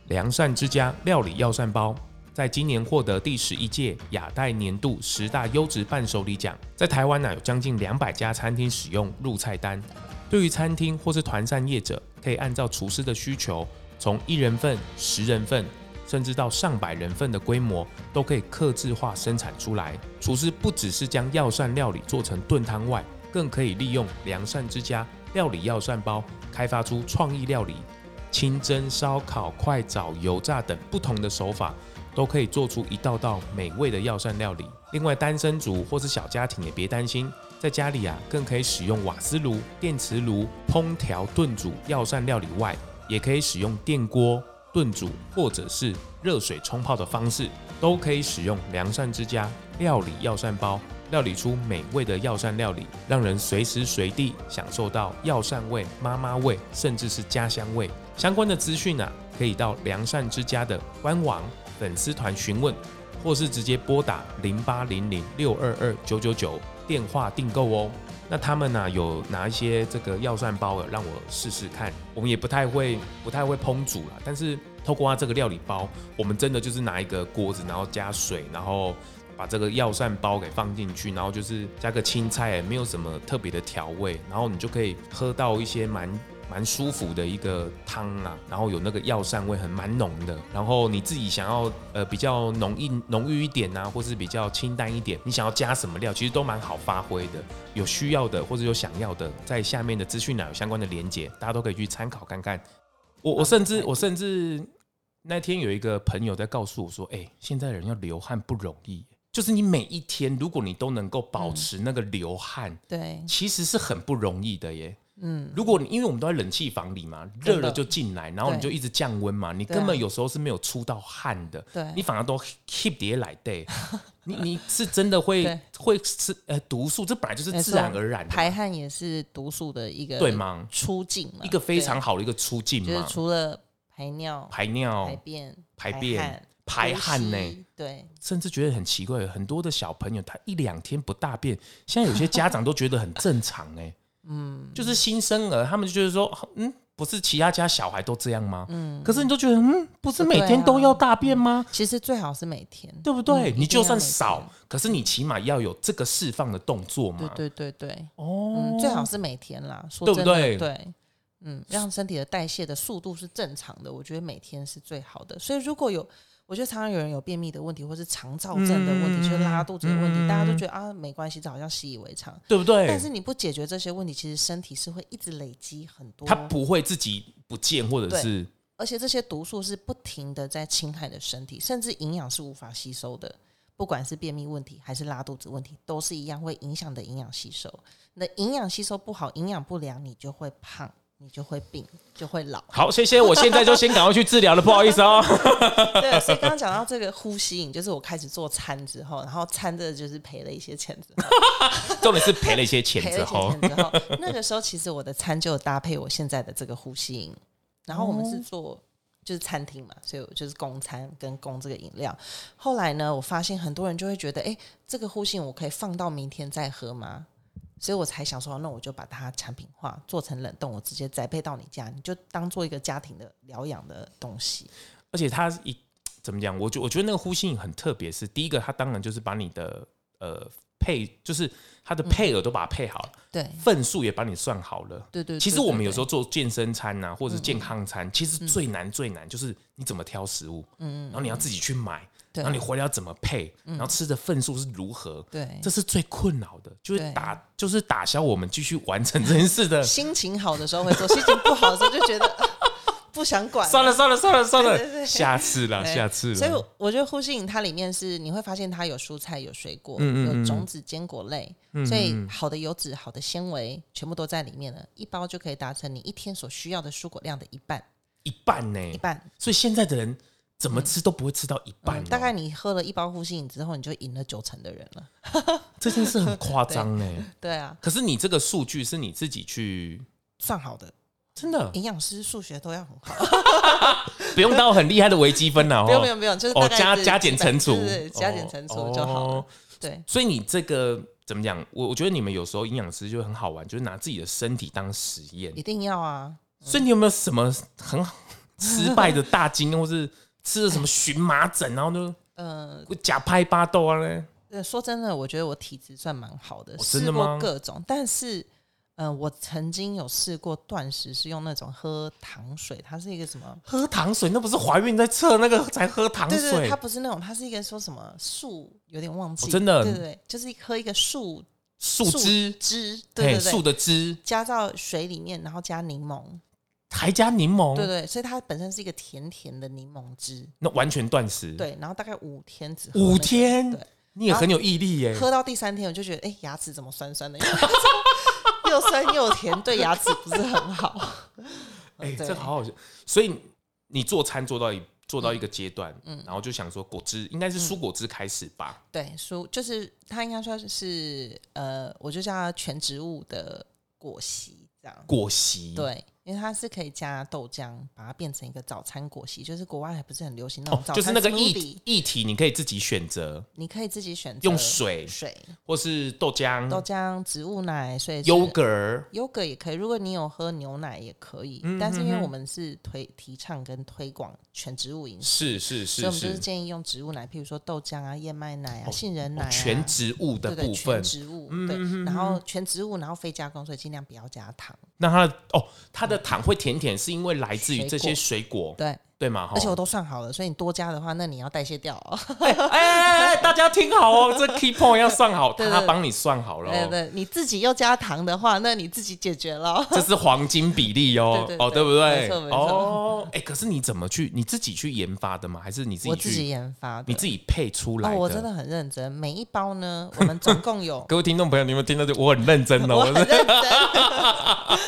Speaker 1: 良善之家料理药膳包，在今年获得第十一届亚太年度十大优质伴手礼奖。在台湾呢、有将近两百家餐厅使用入菜单。对于餐厅或是团膳业者，可以按照厨师的需求，从一人份、十人份，甚至到上百人份的规模，都可以克制化生产出来。厨师不只是将药膳料理做成炖汤外，更可以利用良善之家料理药膳包，开发出创意料理，清蒸、烧烤、快炒、油炸等不同的手法，都可以做出一道道美味的药膳料理。另外，单身族或是小家庭也别担心，在家里啊，更可以使用瓦斯炉、电磁炉烹调炖煮药膳料理外，也可以使用电锅炖煮或者是热水冲泡的方式，都可以使用良膳之家料理药膳包。料理出美味的药膳料理，让人随时随地享受到药膳味、妈妈味，甚至是家乡味。相关的资讯啊，可以到良善之家的官网、粉丝团询问，或是直接拨打零八零零六二二九九九电话订购哦。那他们呢、有拿一些这个药膳包了，啊让我试试看。我们也不太会，不太会烹煮啦，但是透过它这个料理包，我们真的就是拿一个锅子，然后加水，然后把这个药膳包给放进去，然后就是加个青菜，也没有什么特别的调味，然后你就可以喝到一些蛮蛮舒服的一个汤啊，然后有那个药膳味很蛮浓的，然后你自己想要呃比较浓郁浓郁一点啊，或是比较清淡一点，你想要加什么料，其实都蛮好发挥的。有需要的或者有想要的，在下面的资讯栏有相关的连接，大家都可以去参考看看。我我甚至我甚至那天有一个朋友在告诉我说，哎、现在人要流汗不容易，就是你每一天如果你都能够保
Speaker 2: 嗯
Speaker 1: 持那个流汗，
Speaker 2: 对，
Speaker 1: 其实是很不容易的耶。
Speaker 2: 嗯，
Speaker 1: 如果你因为我们都在冷气房里嘛，
Speaker 2: 真
Speaker 1: 热
Speaker 2: 的
Speaker 1: 了就进来，然后你就
Speaker 2: 对
Speaker 1: 一直降温嘛，你
Speaker 2: 对啊
Speaker 1: 根本有时候是没有出到汗的，
Speaker 2: 对
Speaker 1: 你反而都 keep 叠来 day，你你是真的会
Speaker 2: 对
Speaker 1: 会是呃毒素，这本来就是
Speaker 2: 没
Speaker 1: 自
Speaker 2: 错
Speaker 1: 然而然的嘛，
Speaker 2: 排汗也是毒素的一个
Speaker 1: 对吗？
Speaker 2: 出境嘛，
Speaker 1: 一个非
Speaker 2: 对啊
Speaker 1: 常好的一个出境
Speaker 2: 就是
Speaker 1: 嘛，
Speaker 2: 除了排尿、
Speaker 1: 排尿
Speaker 2: 排、便、
Speaker 1: 哦排便
Speaker 2: 汗
Speaker 1: 排汗
Speaker 2: 呼吸
Speaker 1: 呢
Speaker 2: 对，
Speaker 1: 甚至觉得很奇怪，很多的小朋友他一两天不大便，现在有些家长都觉得很正常哎、 嗯，就是新生儿，他们就觉得说，嗯，不是其他家小孩都这样吗？嗯，可是你都觉得，嗯，不是每天都要大便吗？
Speaker 2: 其实最好是每天，
Speaker 1: 对不对？
Speaker 2: 啊嗯
Speaker 1: 你就算，
Speaker 2: 一定要每
Speaker 1: 少
Speaker 2: 天，
Speaker 1: 可是你起码要有这个释放的动作嘛。
Speaker 2: 对对对对，
Speaker 1: 哦、
Speaker 2: 嗯，最好是每天啦，说
Speaker 1: 对
Speaker 2: 真
Speaker 1: 不
Speaker 2: 的，
Speaker 1: 对
Speaker 2: 对，嗯，让身体的代谢的速度是正常的，我觉得每天是最好的。所以如果有，我觉得常常有人有便秘的问题，或是肠燥症的问题，就是拉肚子的问题，大家都觉得啊没关系，这好像习以为常。
Speaker 1: 对不嗯对？
Speaker 2: 但是你不解决这些问题，其实身体是会一直累积很多，
Speaker 1: 他不会自己不见，或者
Speaker 2: 对
Speaker 1: 是。
Speaker 2: 而且这些毒素是不停的在侵害你的身体，甚至营养是无法吸收的。不管是便秘问题还是拉肚子问题，都是一样会影响你的营养吸收。那营养吸收不好，营养不良，你就会胖，你就会病，就会老
Speaker 1: 好，谢谢，我现在就先赶快去治疗了，不好意思哦。
Speaker 2: 对，所以刚刚讲到这个呼吸瘾，就是我开始做餐之后，然后餐这个就是赔了一些钱之后，
Speaker 1: 重点是赔了一些钱
Speaker 2: 赔
Speaker 1: 之
Speaker 2: 了一
Speaker 1: 后
Speaker 2: 些，钱之后， 那个时候其实我的餐就有搭配我现在的这个呼吸瘾，然后我们是做就是餐厅嘛，所以我就是供餐跟供这个饮料。后来呢，我发现很多人就会觉得，哎、这个呼吸我可以放到明天再喝吗？所以我才想说，那我就把它产品化，做成冷冻，我直接宅配到你家，你就当做一个家庭的疗养的东西。
Speaker 1: 而且它一怎么讲？我觉我觉得那个呼吸很特别，是第一个，它当然就是把你的呃配，就是它
Speaker 2: 嗯
Speaker 1: 的配额都把它配好了，
Speaker 2: 对
Speaker 1: 份数也帮你算好了。
Speaker 2: 对对。
Speaker 1: 其实
Speaker 2: 对
Speaker 1: 我们
Speaker 2: 对嗯
Speaker 1: 有时
Speaker 2: 对
Speaker 1: 候做健身餐呐、或者是健康餐，其实最难最难就是你怎么挑食物，嗯，然后你要自己去买，
Speaker 2: 对嗯
Speaker 1: 然后你回来要怎么配，然后吃的份数是如何，
Speaker 2: 对
Speaker 1: 这是最困扰的，就是
Speaker 2: 对
Speaker 1: 打就是打消我们继续完成这件事的。
Speaker 2: 心情好的时候会做，心情不好的时候就觉得 不想管了。
Speaker 1: 算了算了算了算
Speaker 2: 对对
Speaker 1: 了，
Speaker 2: 对
Speaker 1: 下次啦，
Speaker 2: 对
Speaker 1: 下次
Speaker 2: 所以
Speaker 1: 啦。
Speaker 2: 我觉得呼吸饮它里面是你会发现它有蔬菜、有水果、
Speaker 1: 嗯嗯嗯
Speaker 2: 有种子、坚果类，所以好的油脂、好的纤维全部都在里面了，一包就可以达成你一天所需要的蔬果量的一半，
Speaker 1: 一半呢、
Speaker 2: 一半。
Speaker 1: 所以现在的人怎么吃都不会吃到一半哦、
Speaker 2: 嗯大概你喝了一包呼吸饮之后，你就赢了九成的人了。
Speaker 1: 这件事很夸张欸呢。
Speaker 2: 对啊，
Speaker 1: 可是你这个数据是你自己去，
Speaker 2: 算好的，
Speaker 1: 真的
Speaker 2: 营养师数学都要很好。
Speaker 1: 不用到很厉害的微积 分了哦。
Speaker 2: 不用不用不用，就是
Speaker 1: 哦
Speaker 2: 大，概
Speaker 1: 加
Speaker 2: 是
Speaker 1: 加减乘除，
Speaker 2: 对对对加减乘除就好了。
Speaker 1: 哦
Speaker 2: 对
Speaker 1: 所以你这个怎么讲？我我觉得你们有时候营养师就很好玩，就是拿自己的身体当实验
Speaker 2: 一。定要啊。
Speaker 1: 所以你有没有什么很 好失败的大经，或是吃了什么荨麻疹，然后 呢
Speaker 2: 嗯、
Speaker 1: 假拍巴豆啊嘞？
Speaker 2: 呃，说真的，我觉得我体质算蛮好的，
Speaker 1: 哦真
Speaker 2: 试
Speaker 1: 的吗
Speaker 2: 过各种，但是。呃，我曾经有试过断食，是用那种喝糖水，它是一个什么？
Speaker 1: 喝糖水那不是怀孕在测那个才喝糖
Speaker 2: 对对对，
Speaker 1: 水
Speaker 2: 它，不是那种，它是一个说什么树，有点忘记。
Speaker 1: 哦真的
Speaker 2: 对对对，就是喝一个树
Speaker 1: 树枝，
Speaker 2: 汁，
Speaker 1: 嘿
Speaker 2: 对对
Speaker 1: 树
Speaker 2: 对，
Speaker 1: 的枝
Speaker 2: 加到水里面，然后加柠檬，
Speaker 1: 还加柠
Speaker 2: 对
Speaker 1: 檬，
Speaker 2: 对，所以它本身是一个甜甜的柠檬汁，
Speaker 1: 那完全断食。，
Speaker 2: 对，然后大概五天只喝那
Speaker 1: 五
Speaker 2: 个
Speaker 1: 天
Speaker 2: 对，
Speaker 1: 你也很有毅力耶。
Speaker 2: 喝到第三天，我就觉得，哎、牙齿怎么酸酸的？ 因为又酸又甜，对牙齿不是很好。
Speaker 1: 哎、
Speaker 2: 对
Speaker 1: 这好好笑。所以你做餐做到一做
Speaker 2: 嗯
Speaker 1: 到一个阶段，然后就想说果汁应该是蔬果汁开始吧，
Speaker 2: 对，蔬就是它应该说是呃，我就叫它全植物的果昔这样。
Speaker 1: 果昔，，
Speaker 2: 对，因为它是可以加豆浆，把它变成一个早餐果昔，就是国外还不是很流行那种
Speaker 1: 哦
Speaker 2: 早，餐
Speaker 1: 就是那个液
Speaker 2: smoothie，
Speaker 1: 液体，你可以自己选择
Speaker 2: 你可以自己选择
Speaker 1: 用水
Speaker 2: 水、
Speaker 1: 或是豆浆、
Speaker 2: 豆浆、植物奶、所以是
Speaker 1: 优格儿，
Speaker 2: 优格也可以，如果你有喝牛奶也可以，
Speaker 1: 嗯
Speaker 2: 但是因为我们是推提倡跟推广全植物饮食，
Speaker 1: 是是
Speaker 2: 所
Speaker 1: 是
Speaker 2: 以我们就是是，建议用植物奶，譬如说豆浆啊、燕麦奶啊、
Speaker 1: 哦
Speaker 2: 杏仁奶、
Speaker 1: 哦
Speaker 2: 啊
Speaker 1: 全植物的
Speaker 2: 对对
Speaker 1: 部
Speaker 2: 全
Speaker 1: 分，嗯
Speaker 2: 植物对，然后全植物，然后非加工，所以尽量不要加糖。
Speaker 1: 那它的哦，它的糖会甜甜，是因为来自于
Speaker 2: 水
Speaker 1: 这些
Speaker 2: 果
Speaker 1: 水果，
Speaker 2: 对，
Speaker 1: 对吗？
Speaker 2: 而且我
Speaker 1: 都
Speaker 2: 都算好了，所以你多加的话，那你要代谢掉哦。
Speaker 1: 哎哎哎，大家听好 哦，这 key point 要算好，
Speaker 2: 对对
Speaker 1: 他帮你算好了哦，
Speaker 2: 对对，你自己又加糖的话，那你自己解决了。
Speaker 1: 这是黄金比例哦，
Speaker 2: 对对对
Speaker 1: 哦，对不对？
Speaker 2: 没错没错
Speaker 1: 哦，哎，可是你怎么去？你自己去研发的吗？还是你自
Speaker 2: 我
Speaker 1: 己去？
Speaker 2: 自己研发的，
Speaker 1: 你自己配出来
Speaker 2: 哦，
Speaker 1: 的？，
Speaker 2: 我真的很认真。每一包呢，我们总共有
Speaker 1: 各位听众朋友，你有没有听到？这？我很认真哦，
Speaker 2: 我
Speaker 1: 我
Speaker 2: 很认真。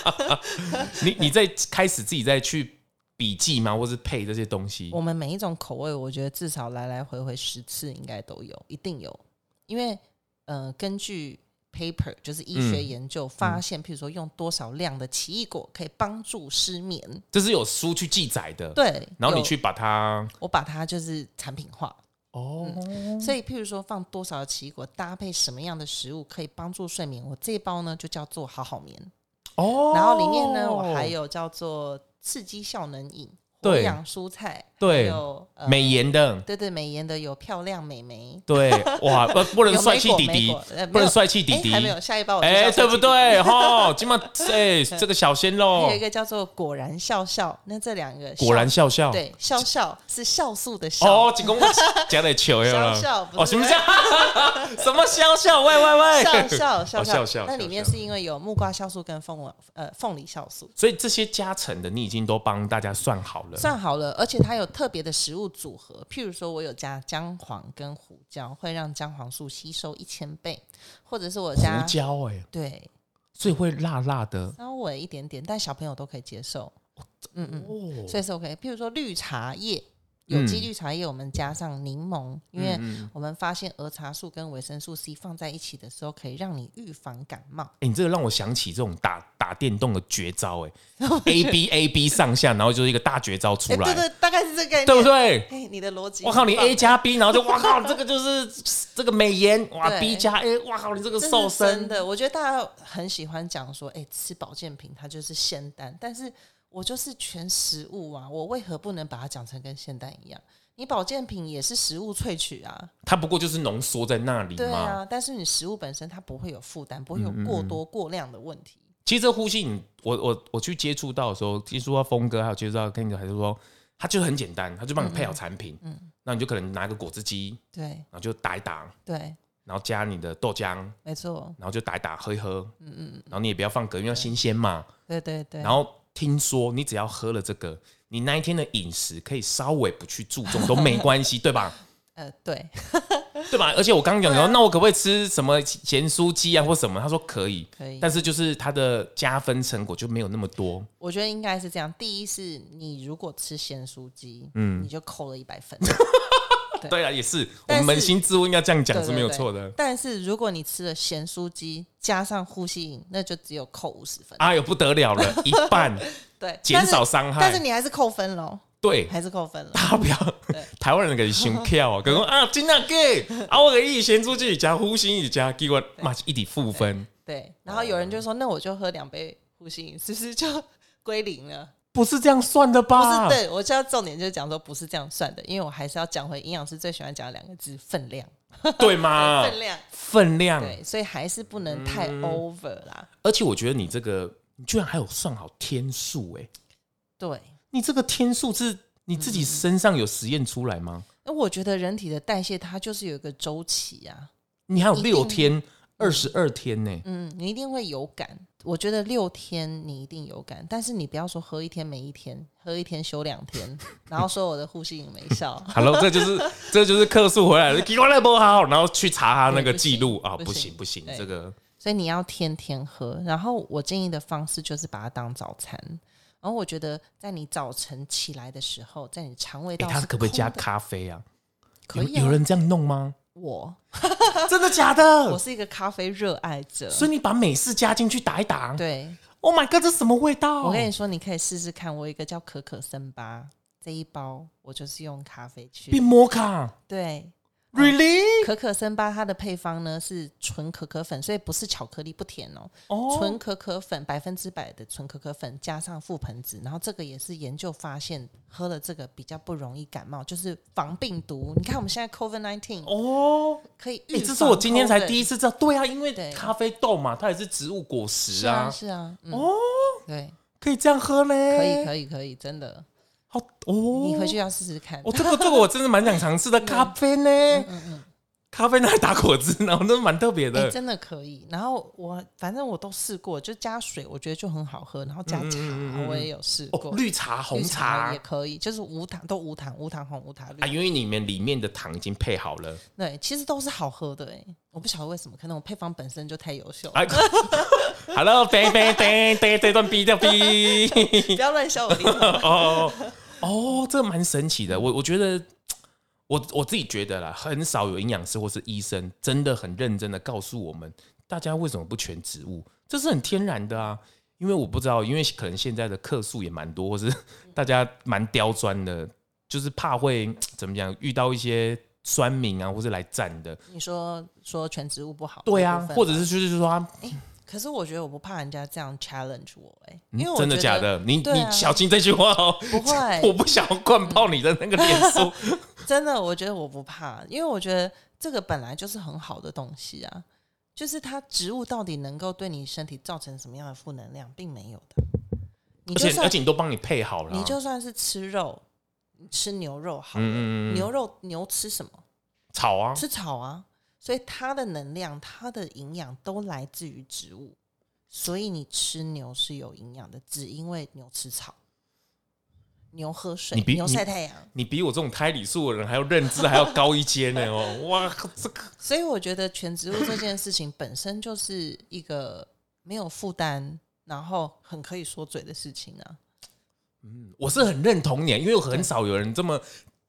Speaker 1: 你你在开始自己再去笔记吗？或是配这些东西？
Speaker 2: 我们每一种口味，我觉得至少来来回回十次应该都有，一定有。因为呃，根据 paper 就是医学
Speaker 1: 嗯
Speaker 2: 研究发现，譬如说用多少量的奇异果可以帮助失眠，
Speaker 1: 这是有书去记载的，
Speaker 2: 对。
Speaker 1: 然后你
Speaker 2: 有，
Speaker 1: 去把它
Speaker 2: 我把它就是产品化，
Speaker 1: 哦，
Speaker 2: 所以譬如说放多少的奇异果搭配什么样的食物可以帮助睡眠，我这一包呢就叫做好好眠。
Speaker 1: 哦，
Speaker 2: 然后里面呢，我还有叫做刺激效能饮、活
Speaker 1: 对
Speaker 2: 养蔬菜，还
Speaker 1: 对
Speaker 2: 有呃
Speaker 1: 美颜的，
Speaker 2: 对对美颜的有漂亮美眉，
Speaker 1: 对，哇，不不能
Speaker 2: 有
Speaker 1: 帅
Speaker 2: 美
Speaker 1: 气
Speaker 2: 果
Speaker 1: 弟
Speaker 2: 美
Speaker 1: 弟
Speaker 2: 果，呃
Speaker 1: 不
Speaker 2: 没
Speaker 1: 能
Speaker 2: 有
Speaker 1: 帅气弟弟
Speaker 2: 哎，还没有下一包我就
Speaker 1: 哎、
Speaker 2: 叫帅
Speaker 1: 对不
Speaker 2: 气弟弟？
Speaker 1: 对？哈，今晚 哎，这个小鲜肉
Speaker 2: 还有一个叫做果然笑笑，那这两个
Speaker 1: 果然
Speaker 2: 笑
Speaker 1: 笑笑，
Speaker 2: 对笑笑是酵素的笑，
Speaker 1: 哦，只讲我加点 球呀
Speaker 2: 笑笑不是
Speaker 1: 哦，什么笑？什么笑 笑？喂喂喂！
Speaker 2: 笑笑笑
Speaker 1: 哎哦笑笑
Speaker 2: 那里面
Speaker 1: 笑
Speaker 2: 是因为有木瓜酵素跟凤梨呃凤梨酵素。
Speaker 1: 所以这些加成的，你已经都帮大家算好了。
Speaker 2: 算好了，而且它有特别的食物组合，譬如说我有加姜黄跟胡椒，会让姜黄素吸收一千倍，或者是我加
Speaker 1: 胡椒哎、
Speaker 2: 对
Speaker 1: 所以会辣辣的
Speaker 2: 稍微一点点，但小朋友都可以接受，嗯嗯，
Speaker 1: 哦。嗯
Speaker 2: 所以是 OK。譬如说绿茶叶，有机绿茶叶，我们加上柠檬，因为我们发现儿茶素跟维生素 C 放在一起的时候，可以让你预防感冒。
Speaker 1: 哎、你这个让我想起这种打打电动的绝招 哎、a B A B 上下，然后就是一个大绝招出
Speaker 2: 哎，
Speaker 1: 来，
Speaker 2: 对对，大概是这个概念，
Speaker 1: 对不？对？
Speaker 2: 哎，你的逻辑很棒，
Speaker 1: 我靠，你 A 加 B，然后就我靠，这个就是这个美颜哇
Speaker 2: 对
Speaker 1: ，B 加 A，哇靠，你这个
Speaker 2: 这是
Speaker 1: 瘦
Speaker 2: 真
Speaker 1: 身
Speaker 2: 的，我觉得大家很喜欢讲说，哎、吃保健品它就是仙丹，但是我就是全食物啊，我为何不能把它讲成跟仙丹一样？你保健品也是食物萃取啊，
Speaker 1: 它不过就是浓缩在那里
Speaker 2: 对
Speaker 1: 嗯嘛。
Speaker 2: 啊，但是你食物本身它不会有负担，不会有过多过量的问题。
Speaker 1: 其实这呼吸你，我我我去接触到的时候，接触到峰哥，还有接触到 King 哥，还是说他就很简单，他就帮你配好产品，嗯，那你就可能拿个果汁机，
Speaker 2: 对
Speaker 1: 然后就打一打，
Speaker 2: 对，
Speaker 1: 然后加你的豆浆，
Speaker 2: 没错，
Speaker 1: 然后就打一打喝一喝，嗯嗯，然后你也不要放隔，因为要新鲜嘛。
Speaker 2: 对对对
Speaker 1: 然。后听说你只要喝了这个，你那一天的饮食可以稍微不去注重都没关系，对吧？
Speaker 2: 呃，对，
Speaker 1: 对啊吧？而且我刚刚讲说，那我可不可以吃什么咸酥鸡啊或什么？他说可以，
Speaker 2: 可以。
Speaker 1: 但是就是它的加分成果就没有那么多。
Speaker 2: 我觉得应该是这样。第一是你如果吃咸酥鸡，
Speaker 1: 嗯
Speaker 2: 你就扣了一百分。
Speaker 1: 对啊，也是，我
Speaker 2: 但是
Speaker 1: 们扪心自问，应该这样讲
Speaker 2: 对
Speaker 1: 是
Speaker 2: 对
Speaker 1: 没有
Speaker 2: 对
Speaker 1: 错的。
Speaker 2: 但是如果你吃了咸酥鸡加上呼吸饮，那就只有扣五十分。
Speaker 1: 哎呦，不得了了，一 半
Speaker 2: 对，
Speaker 1: 减少
Speaker 2: 但是
Speaker 1: 伤
Speaker 2: 但是
Speaker 1: 害。
Speaker 2: 你还是扣分喽，
Speaker 1: 对，啊
Speaker 2: 还是扣分了。
Speaker 1: 大不了台湾人给心跳 哦，可能啊，真的给啊，我给以前出去加呼吸一加，结果嘛是一底负分，
Speaker 2: 对，然后有人就说，那我就喝两杯呼吸饮，是不是就 归零了？
Speaker 1: 不是这样算的
Speaker 2: 不
Speaker 1: 吧？
Speaker 2: 是，对我现在重点就是讲说不是这样算的，因为我还是要讲回营养师最喜欢讲的两个字：分量，
Speaker 1: 对吗？
Speaker 2: 分量。
Speaker 1: 分量，
Speaker 2: 对，所以还是不能太
Speaker 1: 嗯
Speaker 2: over 啦。
Speaker 1: 而且我觉得你这个，你居然还有算好天数哎、
Speaker 2: 对，
Speaker 1: 你这个天数是你自
Speaker 2: 嗯
Speaker 1: 己身上有实验出来吗？
Speaker 2: 那我觉得人体的代谢它就是有一个周期啊，
Speaker 1: 你还有
Speaker 2: 一定
Speaker 1: 六天，二十二天呢、
Speaker 2: 嗯，你一定会有感。我觉得六天你一定有感，但是你不要说喝一天没一天，喝一天休两天， 然后说我的呼吸饮没效，
Speaker 1: Hello，这就是 这就是客诉回来了，奇怪了不好，然后去查他那个
Speaker 2: 对不行
Speaker 1: 记录啊，
Speaker 2: 不
Speaker 1: 不
Speaker 2: 行
Speaker 1: 行不行，
Speaker 2: 对
Speaker 1: 这个
Speaker 2: 所以你要天天喝。然后我建议的方式就是把它当早餐。然后我觉得在你早晨起来的时候，在你肠胃
Speaker 1: 哎、
Speaker 2: 道
Speaker 1: 他
Speaker 2: 是
Speaker 1: 可不可以加
Speaker 2: 空的
Speaker 1: 咖啡啊？
Speaker 2: 可
Speaker 1: 有
Speaker 2: 以、啊。
Speaker 1: 有人这样弄 吗？
Speaker 2: 我
Speaker 1: 真的假
Speaker 2: 我
Speaker 1: 的？
Speaker 2: 是一个咖啡热爱者，
Speaker 1: 所以你把美式加进去打一打
Speaker 2: 对
Speaker 1: ，Oh my god，这什么味道？
Speaker 2: 我跟你说，你可以试试看。我有一个叫可可森巴这一包，我就是用咖啡去
Speaker 1: 变摩卡
Speaker 2: 对。
Speaker 1: ，Really？
Speaker 2: 可可森巴它的配方呢是纯可可粉，所以不是巧克力，不甜哦，
Speaker 1: 哦，
Speaker 2: 纯可可粉，百分之百的纯可可粉加上覆盆子，然后这个也是研究发现，喝了这个比较不容易感冒，就是防病毒。你看我们现在 COVID nineteen
Speaker 1: 哦，
Speaker 2: 可以
Speaker 1: 哎、
Speaker 2: 预防 COVID、
Speaker 1: 这是我今天才第一次知道。对啊，因为
Speaker 2: 对
Speaker 1: 咖啡豆嘛，它也是植物果实
Speaker 2: 是
Speaker 1: 啊，
Speaker 2: 啊是啊，嗯、
Speaker 1: 哦，
Speaker 2: 对，
Speaker 1: 可以这样喝嘞。
Speaker 2: 可以可以可以，真的，
Speaker 1: 好哦，
Speaker 2: 你回去嗯要试试看。
Speaker 1: 哦，这个这个我真的蛮想尝试的，咖啡呢？咖啡拿来打果汁， 然后那蛮特别
Speaker 2: 嗯哎、
Speaker 1: 的。
Speaker 2: 真的可以。然后我反正我都试过，就加水，我觉得就很好喝。然后加
Speaker 1: 嗯
Speaker 2: 茶，我也有试过。
Speaker 1: 哦，绿茶、红
Speaker 2: 绿
Speaker 1: 茶
Speaker 2: 也可以，就是无糖都无糖，无糖红无糖绿。
Speaker 1: 啊，因为里面里面的糖已经配好了。
Speaker 2: 对，其实都是好喝的哎、我不晓得为什么，可能我配方本身就太优秀了，
Speaker 1: 哎 ，Hello，等等等等，这段逼掉逼。
Speaker 2: 你不要乱笑我立场。
Speaker 1: 哦哦，这蛮神奇的。我我觉得，我我自己觉得啦，很少有营养师或是医生真的很认真的告诉我们，大家为什么不全植物？这是很天然的啊。因为我不知道，因为可能现在的客数也蛮多，或是大家蛮刁钻的，就是怕会怎么讲，遇到一些酸民啊，或是来战的。
Speaker 2: 你说说全植物不好，
Speaker 1: 对
Speaker 2: 这
Speaker 1: 啊
Speaker 2: 部，分
Speaker 1: 或者是就是说啊他，
Speaker 2: 可是我觉得我不怕人家这样 challenge 我哎、
Speaker 1: 嗯
Speaker 2: 因为我
Speaker 1: 真的
Speaker 2: 觉
Speaker 1: 假
Speaker 2: 得
Speaker 1: 的？你、
Speaker 2: 对啊
Speaker 1: 你小心这句话哦，
Speaker 2: 不会
Speaker 1: 我不想要灌爆你的那个脸 书。
Speaker 2: 真的，我觉得我不怕，因为我觉得这个本来就是很好的东西啊。就是它植物到底能够对你身体造成什么样的负能量，并没有的。你
Speaker 1: 而
Speaker 2: 就
Speaker 1: 且而
Speaker 2: 算
Speaker 1: 且你都帮你配好了啊、
Speaker 2: 你就算是吃肉，你吃牛肉好了，
Speaker 1: 嗯嗯嗯嗯
Speaker 2: 牛肉牛吃什么？
Speaker 1: 炒啊，
Speaker 2: 吃草啊。所以它的能量、它的营养都来自于植物，所以你吃牛是有营养的，只因为牛吃草。牛喝水
Speaker 1: 你，比
Speaker 2: 牛
Speaker 1: 你
Speaker 2: 晒太阳，
Speaker 1: 你比我这种胎里素的人还要认知还要高一阶呢哦，哇，这个
Speaker 2: 所以我觉得全植物这件事情本身就是一个没有负担，然后很可以说嘴的事情啊。
Speaker 1: 我是很认同你，因为我很少有人这么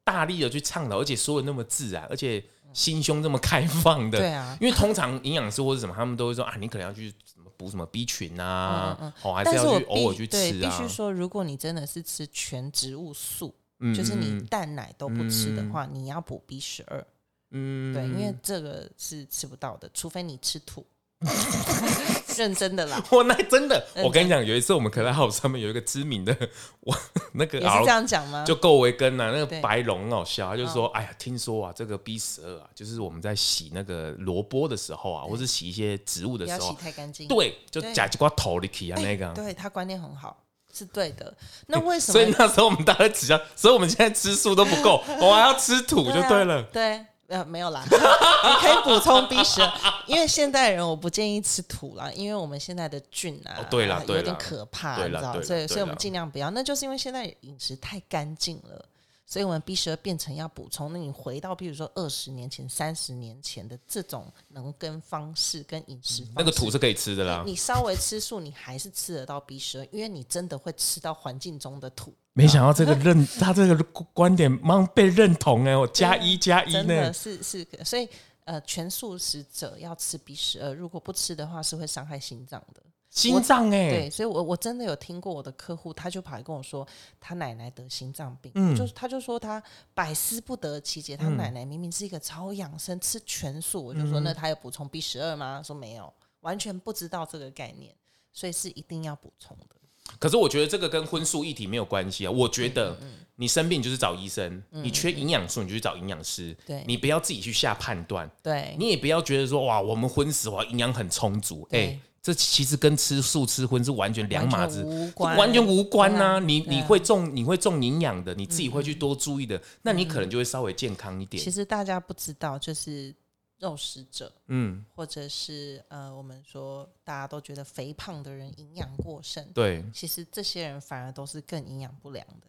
Speaker 1: 大力的去倡导，而且说的那么自然，而且心胸这么开放的。
Speaker 2: 对啊
Speaker 1: 因为通常营养师或者什么，他们都会说啊，你可能要去什么补什么 B 群啊，
Speaker 2: 嗯嗯
Speaker 1: 哦，还
Speaker 2: 但
Speaker 1: 要
Speaker 2: 是我
Speaker 1: 去
Speaker 2: 必
Speaker 1: 偶尔去
Speaker 2: 对
Speaker 1: 吃
Speaker 2: 必须
Speaker 1: 啊。
Speaker 2: 说，如果你真的是吃全植物素，
Speaker 1: 嗯
Speaker 2: 就是你
Speaker 1: 嗯
Speaker 2: 蛋奶都不吃的话，你要补 B 十二，
Speaker 1: 嗯
Speaker 2: 对，因为这个是吃不到的，除非你吃土。 认真的啦，
Speaker 1: 我那真的，
Speaker 2: 嗯
Speaker 1: 我跟你讲，有一次我们 Clubhouse 上面有一个知名的，我那个
Speaker 2: 也是
Speaker 1: R
Speaker 2: 这样讲吗？
Speaker 1: 就够维根呐、啊，那个
Speaker 2: 对哦
Speaker 1: 白龙很好笑，他就说：“哎呀，听说啊，这个 B 十二啊，就是我们在洗那个萝卜的时候啊，或是洗一些植物的
Speaker 2: 不
Speaker 1: 时
Speaker 2: 要洗
Speaker 1: 候，啊
Speaker 2: 太干净。
Speaker 1: 对，就
Speaker 2: 对哎
Speaker 1: 假几瓜头里去啊那个啊。
Speaker 2: 对他观念很好，是对的。那为什
Speaker 1: 所以
Speaker 2: 么？
Speaker 1: 那时候我们大家只要，所以我们现在吃素都不 够，我还要吃土就对了。
Speaker 2: 对，啊呃，没有啦， 你可以补充 B 十，因为现代人我不建议吃土啦，因为我们现在的菌啊，
Speaker 1: 哦对啦
Speaker 2: 啊
Speaker 1: 对啦
Speaker 2: 有点可怕，
Speaker 1: 对
Speaker 2: 你
Speaker 1: 啦
Speaker 2: 知道
Speaker 1: 对
Speaker 2: 吗，
Speaker 1: 啦
Speaker 2: 所以
Speaker 1: 对
Speaker 2: 所以我们
Speaker 1: 啦
Speaker 2: 尽量不要。那就是因为现在饮食太干净了。所以，我们 B 十二变成要补充。那你回到，比如说二十年前、三十年前的这种能跟方式跟饮食方式，
Speaker 1: 嗯那个土是可啊以吃的啦，
Speaker 2: 你稍微吃素，你还是吃得到 B 十二，因为你真的会吃到环境中的土。
Speaker 1: 没想到这个 认他这个观点蛮被认同哎、我加一加一
Speaker 2: 真
Speaker 1: 呢
Speaker 2: 的。是是个，所以呃，全素食者要吃 B 十二，如果不吃的话是会伤害心脏的。
Speaker 1: 心脏哎、
Speaker 2: 对，所以我我真的有听过我的客户，他就跑来跟我说，他奶奶得心脏病，就是他就说他百思不得其解，他奶奶明明是一个超养生，吃全素，我就说那他有补充 B 十二吗？说没有，完全不知道这个概念，所以是一定要补充的。
Speaker 1: 可是我觉得这个跟荤素一体没有关系啊。我觉得
Speaker 2: 嗯
Speaker 1: 你生病就是找医生，你缺营养素你就去找营养师，
Speaker 2: 嗯对
Speaker 1: 你不要自己去下判断，
Speaker 2: 对，
Speaker 1: 你也不要觉得说哇，我们荤食哇营养很充足，哎、
Speaker 2: 对
Speaker 1: 这其实跟吃素吃荤是完全两码子，
Speaker 2: 完全无关
Speaker 1: 完全无关呐、
Speaker 2: 对啊
Speaker 1: 你
Speaker 2: 对啊嗯
Speaker 1: 你会重你会重营养的，你自己会去多注意的，那你可能就会稍微健康一点
Speaker 2: 其。实大家不知道，就是肉食者，
Speaker 1: 嗯，
Speaker 2: 或者是呃，我们说大家都觉得肥胖的人营养过剩，
Speaker 1: 对，
Speaker 2: 其实这些人反而都是更营养不良的。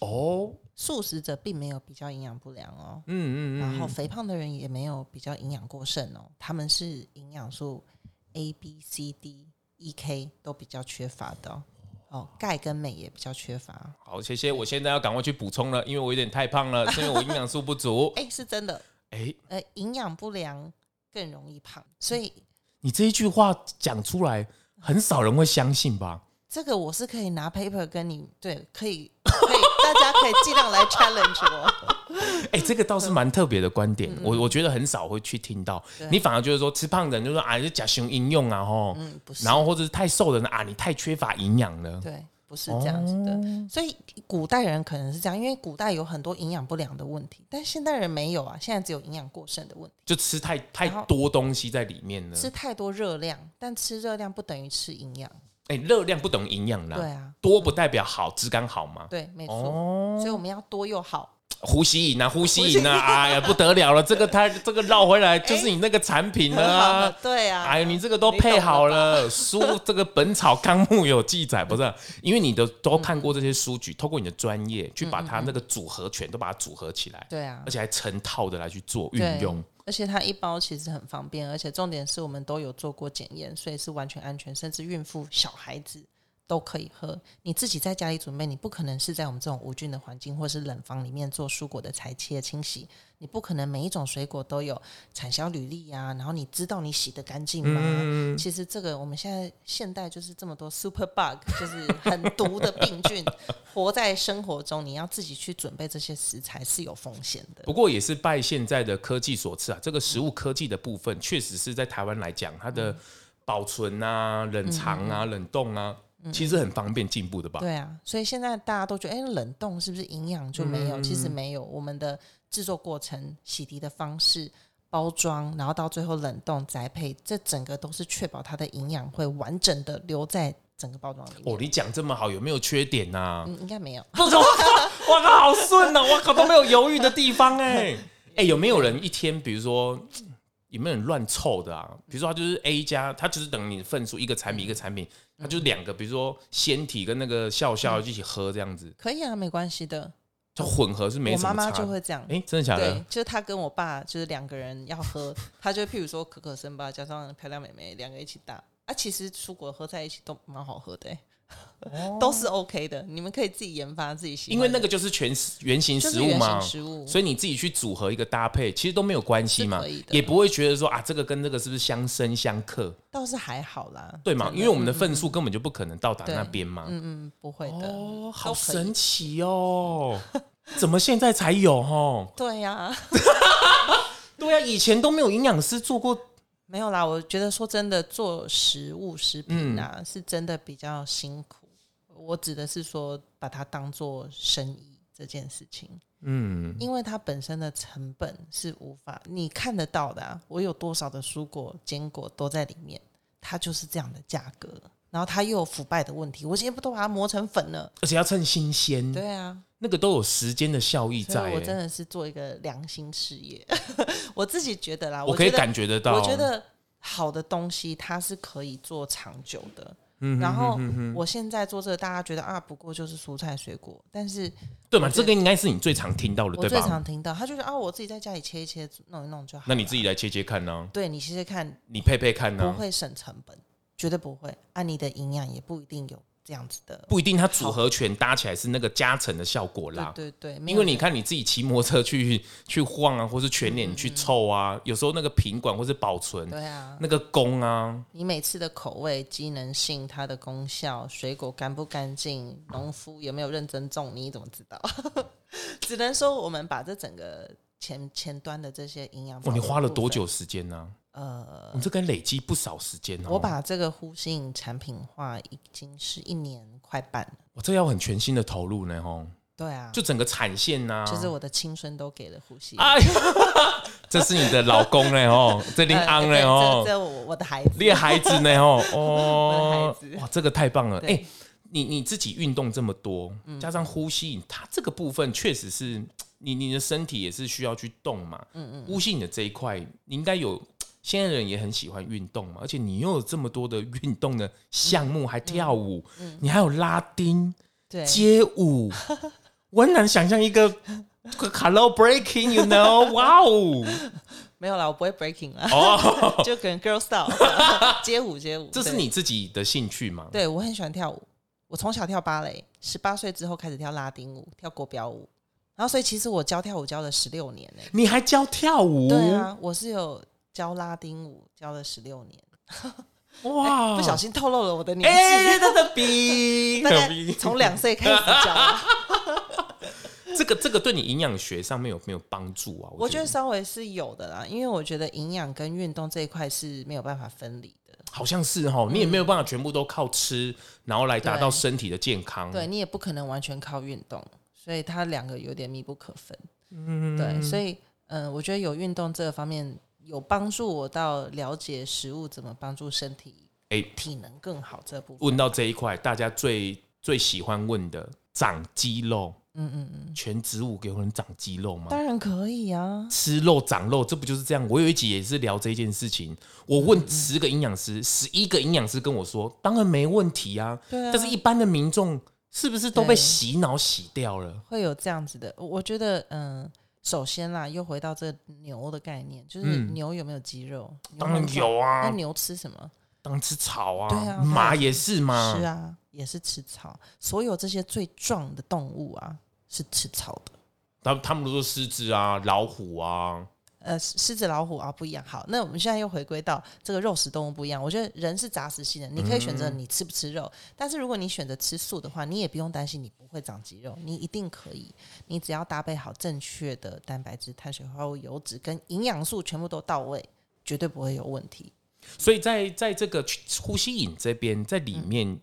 Speaker 1: 哦，
Speaker 2: 素食者并没有比较营养不良哦，
Speaker 1: 嗯嗯嗯，
Speaker 2: 然后肥胖的人也没有比较营养过剩哦，他们是营养素 A、B、C、D、E、K 都比较缺乏的哦，哦钙跟镁也比较缺乏。。
Speaker 1: 好，谢谢，我现在要赶快去补充了，因为我有点太胖了，是因为我营养素不足
Speaker 2: 哎，是真的，
Speaker 1: 哎、
Speaker 2: 呃，营养不良更容易胖，所以
Speaker 1: 你这一句话讲出来，很少人会相信 吧？
Speaker 2: 这个我是可以拿 paper 跟你对，可以可以，大家可以尽量来 challenge 我。
Speaker 1: 哎、这个倒是蛮特别的观
Speaker 2: 嗯
Speaker 1: 点，我我觉得很少会去听到。你反而觉得说吃胖的人就说啊，就假熊应用啊，吼，
Speaker 2: 嗯，不是，
Speaker 1: 然后或者是太瘦的人啊，你太缺乏营养了。
Speaker 2: 对，不是这样子的。
Speaker 1: 哦
Speaker 2: 所以古代人可能是这样，因为古代有很多营养不良的问题，但现代人没有啊，现在只有营养过剩的问题，
Speaker 1: 就吃太太
Speaker 2: 然后
Speaker 1: 多东西在里面了，
Speaker 2: 吃太多热量，但吃热量不等于吃营养。
Speaker 1: 哎，热、量不等于营养啦，
Speaker 2: 对啊，
Speaker 1: 多不代表好，质感好嘛。
Speaker 2: 对，没错。
Speaker 1: 哦，
Speaker 2: 所以我们要多 又好，
Speaker 1: 呼吸饮啊，呼吸饮
Speaker 2: 呼吸哎
Speaker 1: 啊，哎呀，不得了了，这个它这个绕回来就是你那个产品了、
Speaker 2: 很好的
Speaker 1: 啊，
Speaker 2: 对啊。
Speaker 1: 哎，你这个都配好了，书这个《本草纲目》有记载，不是？因为你的都看过这些书籍，透过你的专业去把它那个组合拳都把它组合起来，
Speaker 2: 对啊
Speaker 1: 而，且还成套的来去做运
Speaker 2: 对
Speaker 1: 用。。
Speaker 2: 而且它一包其实很方便，而且重点是我们都有做过检验，所以是完全安全，甚至孕妇、小孩子都可以喝。你自己在家里准备，你不可能是在我们这种无菌的环境或是冷房里面做蔬果的裁切清洗，你不可能每一种水果都有产销履历啊。然后你知道你洗得干净 吗？其实这个我们现在现代就是这么多 super bug，就是很毒的病菌，活在生活中，你要自己去准备这些食材是有风险的。
Speaker 1: 不过也是拜现在的科技所赐啊，这个食物科技的部分，确实是在台湾来讲，它的保存啊、冷藏啊、冷冻啊，其实很方便进步的吧？
Speaker 2: 嗯对啊，所以现在大家都觉得，哎、冷冻是不是营养就没
Speaker 1: 嗯
Speaker 2: 有？其实没有，我们的制作过程、洗涤的方式、包装，然后到最后冷冻栽培，这整个都是确保它的营养会完整的留在整个包装里
Speaker 1: 哦
Speaker 2: 面。，
Speaker 1: 你讲这么好，有没有缺点呐、啊？
Speaker 2: 嗯，应该没有。
Speaker 1: 我靠，我靠，好顺哦！我靠，都没有犹豫的地方哎、 哎、有没有人一天，比如说有没有人乱凑的啊？比如说他就是 A 加，他就是等你份数一个产品一个产品，他就是两个，比如说仙体跟那个笑笑一起喝这样子，
Speaker 2: 可以啊，没关系的。
Speaker 1: 就混合是没
Speaker 2: 我
Speaker 1: 什么
Speaker 2: 妈
Speaker 1: 差。
Speaker 2: 妈就会这样。
Speaker 1: 哎、真的假
Speaker 2: 对
Speaker 1: 的？，
Speaker 2: 就是她跟我爸，就是两个人要喝，她就譬如说可可生吧，加上漂亮妹妹，两个一起打。啊，其实出国喝在一起都蛮好喝的、欸 都是 OK 的。你们可以自己研发自己喜欢
Speaker 1: 哦因
Speaker 2: 的。
Speaker 1: 为那个就是全圆形
Speaker 2: 就是
Speaker 1: 食物
Speaker 2: 原
Speaker 1: 嘛
Speaker 2: 型，食物，
Speaker 1: 所以你自己去组合一个搭配，其实都没有关系嘛
Speaker 2: 是可以，的
Speaker 1: 也不会觉得说啊，这个跟这个是不是相生相克，
Speaker 2: 倒是还好啦。
Speaker 1: 对嘛？
Speaker 2: 真嗯
Speaker 1: 因为我们的份数根本就不可能到达
Speaker 2: 对
Speaker 1: 那边嘛。
Speaker 2: 嗯嗯，不会的。
Speaker 1: 哦，好
Speaker 2: 都可以
Speaker 1: 神奇哦！ 怎么现在才有哦？
Speaker 2: 对呀、
Speaker 1: 对啊，以前都没有营养师做过
Speaker 2: 没有啦，我觉得说真的，做食物食
Speaker 1: 嗯
Speaker 2: 品啊，是真的比较辛苦。我指的是说，把它当做生意这件事情，
Speaker 1: 嗯，
Speaker 2: 因为它本身的成本是无法你看得到的、啊。我有多少的蔬果、坚果都在里面，它就是这样的价格。然后它又有腐败的问题，我今天不都把它磨成粉了？
Speaker 1: 而且要趁新鲜，
Speaker 2: 对啊，
Speaker 1: 那个都有时间的效益在
Speaker 2: 所以我
Speaker 1: 欸、
Speaker 2: 真的是做一个良心事业。 我自己觉得啦，
Speaker 1: 我
Speaker 2: 我
Speaker 1: 可以
Speaker 2: 觉得
Speaker 1: 感觉得到。
Speaker 2: 我觉得好的东西它是可以做长久的。
Speaker 1: 嗯
Speaker 2: 然后我现在做这个，大家觉得啊，不过就是蔬菜水果，但是
Speaker 1: 对嘛，
Speaker 2: 我觉
Speaker 1: 这
Speaker 2: 得
Speaker 1: 个应该是你最常听到的，
Speaker 2: 我
Speaker 1: 对
Speaker 2: 最
Speaker 1: 吧？
Speaker 2: 常听到，他就是啊，我自己在家里切一切，弄一弄就好。
Speaker 1: 那你自
Speaker 2: 己
Speaker 1: 己来切切看呢、
Speaker 2: 对你切切看，
Speaker 1: 你配配看呢、啊
Speaker 2: 不会省成本，绝对不会。啊，你的营养也不一定有这样子的，
Speaker 1: 不一定它组合拳搭起来是那个加成的效果啦。
Speaker 2: 对对对，
Speaker 1: 啊
Speaker 2: 没
Speaker 1: 因
Speaker 2: 有
Speaker 1: 为你
Speaker 2: 人
Speaker 1: 看你自己骑摩托车去 去晃啊，或是全脸去凑啊，有时候那个品管或是保存
Speaker 2: 嗯对啊，
Speaker 1: 那个弓啊，
Speaker 2: 你每次的口味、机能性、它的功效、水果干不干净、农夫有没有认真种，你怎么知道？ 只能说我们把这整个前前端的这些营养，
Speaker 1: 哦哇，你花了多？久时间呢、
Speaker 2: 呃，
Speaker 1: 你这个累积不少时间哦。
Speaker 2: 我把这个呼吸饮产品化已经是一年快半了。
Speaker 1: 我这要很全心的投入呢，哦，
Speaker 2: 对啊，
Speaker 1: 就整个产线呐、
Speaker 2: 就是我的青春都给了呼吸。
Speaker 1: 哎呀， 这是你的老公呢，哦，这林
Speaker 2: 呃
Speaker 1: 昂
Speaker 2: 对
Speaker 1: 呢，哦，
Speaker 2: 这这我我的孩子，
Speaker 1: 练孩子呢 哦，
Speaker 2: 我
Speaker 1: 哦
Speaker 2: 的孩，子
Speaker 1: 哇，这个太棒了！哎、
Speaker 2: 对嗯
Speaker 1: 你你自己运动这么多，加上呼吸，它这个部分确实是你你的身体也是需要去动嘛。嗯嗯，呼吸你的这一块，你应该有。现在人也很喜欢运动嘛，而且你又有这么多的运动的项
Speaker 2: 嗯
Speaker 1: 目，还跳舞，你还有拉丁
Speaker 2: 对，
Speaker 1: 街 舞，我很难想象一个 Hello Breaking，you know，哇哦，
Speaker 2: 没有啦，我不会 breaking 啦，
Speaker 1: 哦，
Speaker 2: 就跟 girl style 街舞街舞。
Speaker 1: 这是
Speaker 2: 对
Speaker 1: 你自己的兴趣吗？
Speaker 2: 对我很喜欢跳舞，我从小跳芭蕾，十八岁之后开始跳拉丁舞，跳国标舞，然后所以其实我教跳舞教了十六年呢、
Speaker 1: 你还教跳舞？
Speaker 2: 对啊，我是有教拉丁舞教了十六年，
Speaker 1: 哇，
Speaker 2: 哎不小心透露了我的年纪，
Speaker 1: 哦哎，他的比，
Speaker 2: 大
Speaker 1: 可
Speaker 2: 概
Speaker 1: 比
Speaker 2: 从两岁开始教啊。
Speaker 1: 这个这个对你营养学上面有没有帮助啊？
Speaker 2: 我觉
Speaker 1: 觉
Speaker 2: 得稍微是有的啦，因为我觉得营养跟运动这一块是没有办法分离的，
Speaker 1: 好像是哦，你也没有办法全部都靠吃，然后来达到身体的健康。
Speaker 2: 嗯对，你也不可能完全靠运动，所以它两个有点密不可分。对，所以嗯、呃我觉得有运动这个方面有帮助我到了解食物怎么帮助身体，
Speaker 1: 哎
Speaker 2: 体能更好这部分。
Speaker 1: 问到这一块，大家最最喜欢问的长肌肉，
Speaker 2: 嗯嗯嗯，
Speaker 1: 全植物有人长肌肉吗？
Speaker 2: 当然可以啊。
Speaker 1: 吃肉长肉，这不就是这样？我有一集也是聊这件事情，我
Speaker 2: 嗯
Speaker 1: 问十个营养师，十一个营养师跟我说，当然没问题啊。
Speaker 2: 对啊
Speaker 1: 但是一般的民众是不是都被
Speaker 2: 对
Speaker 1: 洗脑洗掉了？
Speaker 2: 会有这样子的，我我觉得嗯、呃首先啦，又回到这牛的概念，就是
Speaker 1: 嗯
Speaker 2: 牛有没有肌肉？牛
Speaker 1: 当然
Speaker 2: 很少。
Speaker 1: 有啊，
Speaker 2: 那牛吃什么？
Speaker 1: 当然吃草啊，
Speaker 2: 对啊
Speaker 1: 马也是嘛，
Speaker 2: 是啊，也是吃草。所有这些最壮的动物啊，是吃草的。
Speaker 1: 他他们都说狮子啊、老虎啊，
Speaker 2: 呃，狮狮子、老虎啊不一样。好，那我们现在又回归到这个肉食动物不一样。我觉得人是杂食性的，你可以选择你吃不吃肉，但是如果你选择吃素的话，你也不用担心你不会长肌肉，你一定可以。你只要搭配好正确的蛋白质、碳水化合物、油脂跟营养素全部都到位，绝对不会有问题。
Speaker 1: 所以在在这个呼吸饮这边，在里面、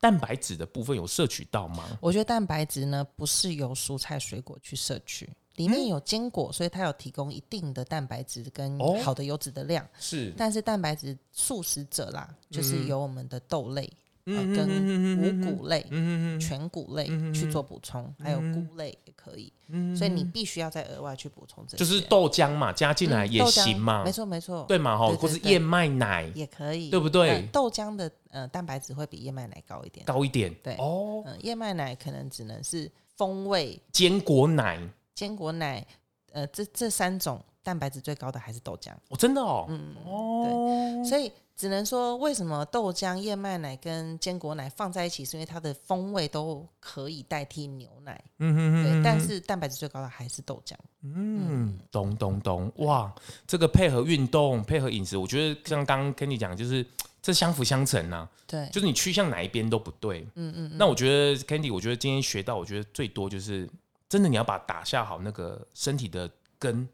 Speaker 1: 蛋白质的部分有摄取到吗？
Speaker 2: 我觉得蛋白质呢，不是由蔬菜水果去摄取，里面有坚果，所以它有提供一定的蛋白质跟
Speaker 1: 哦
Speaker 2: 好的油脂的量。
Speaker 1: 是
Speaker 2: 但是蛋白质素食者啦，就是由我们的豆类、
Speaker 1: 嗯
Speaker 2: 呃
Speaker 1: 嗯嗯嗯嗯
Speaker 2: 跟
Speaker 1: 嗯
Speaker 2: 五谷类、
Speaker 1: 嗯
Speaker 2: 全谷类去做补充，还有菇类也可以。
Speaker 1: 嗯
Speaker 2: 所以你必须要再额外去补充这
Speaker 1: 就
Speaker 2: 些，
Speaker 1: 是豆浆嘛，加进来
Speaker 2: 嗯
Speaker 1: 也
Speaker 2: 豆浆
Speaker 1: 行嘛，
Speaker 2: 没错没错，
Speaker 1: 对嘛吼，
Speaker 2: 对对
Speaker 1: 或是
Speaker 2: 对
Speaker 1: 燕麦奶
Speaker 2: 也可以，
Speaker 1: 对不对
Speaker 2: 那豆浆的呃蛋白质会比燕麦奶高一点，
Speaker 1: 高一点，
Speaker 2: 对
Speaker 1: 哦，
Speaker 2: 嗯、燕麦奶可能只能是风味
Speaker 1: 坚果奶，
Speaker 2: 坚果奶，呃，这这三种蛋白质最高的还是豆浆，
Speaker 1: 哦，真的哦，
Speaker 2: 嗯，
Speaker 1: 哦，
Speaker 2: 所以只能说为什么豆浆、燕麦奶跟坚果奶放在一起，是因为它的风味都可以代替牛奶，
Speaker 1: 嗯哼哼
Speaker 2: 对，
Speaker 1: 哼
Speaker 2: 但
Speaker 1: 哼
Speaker 2: 是蛋白质最高的还是豆浆，
Speaker 1: 嗯，懂懂懂，哇，这个配合运动，配合饮食，我觉得像刚刚跟你讲，就是嘖这相辅相成啊，
Speaker 2: 对，
Speaker 1: 就是你趋向哪一边都不对。
Speaker 2: 嗯嗯嗯，
Speaker 1: 那我觉得 Candy，我觉得今天学
Speaker 2: 嗯
Speaker 1: 到，我觉得最多就是真的你要把打下好那个身体的根，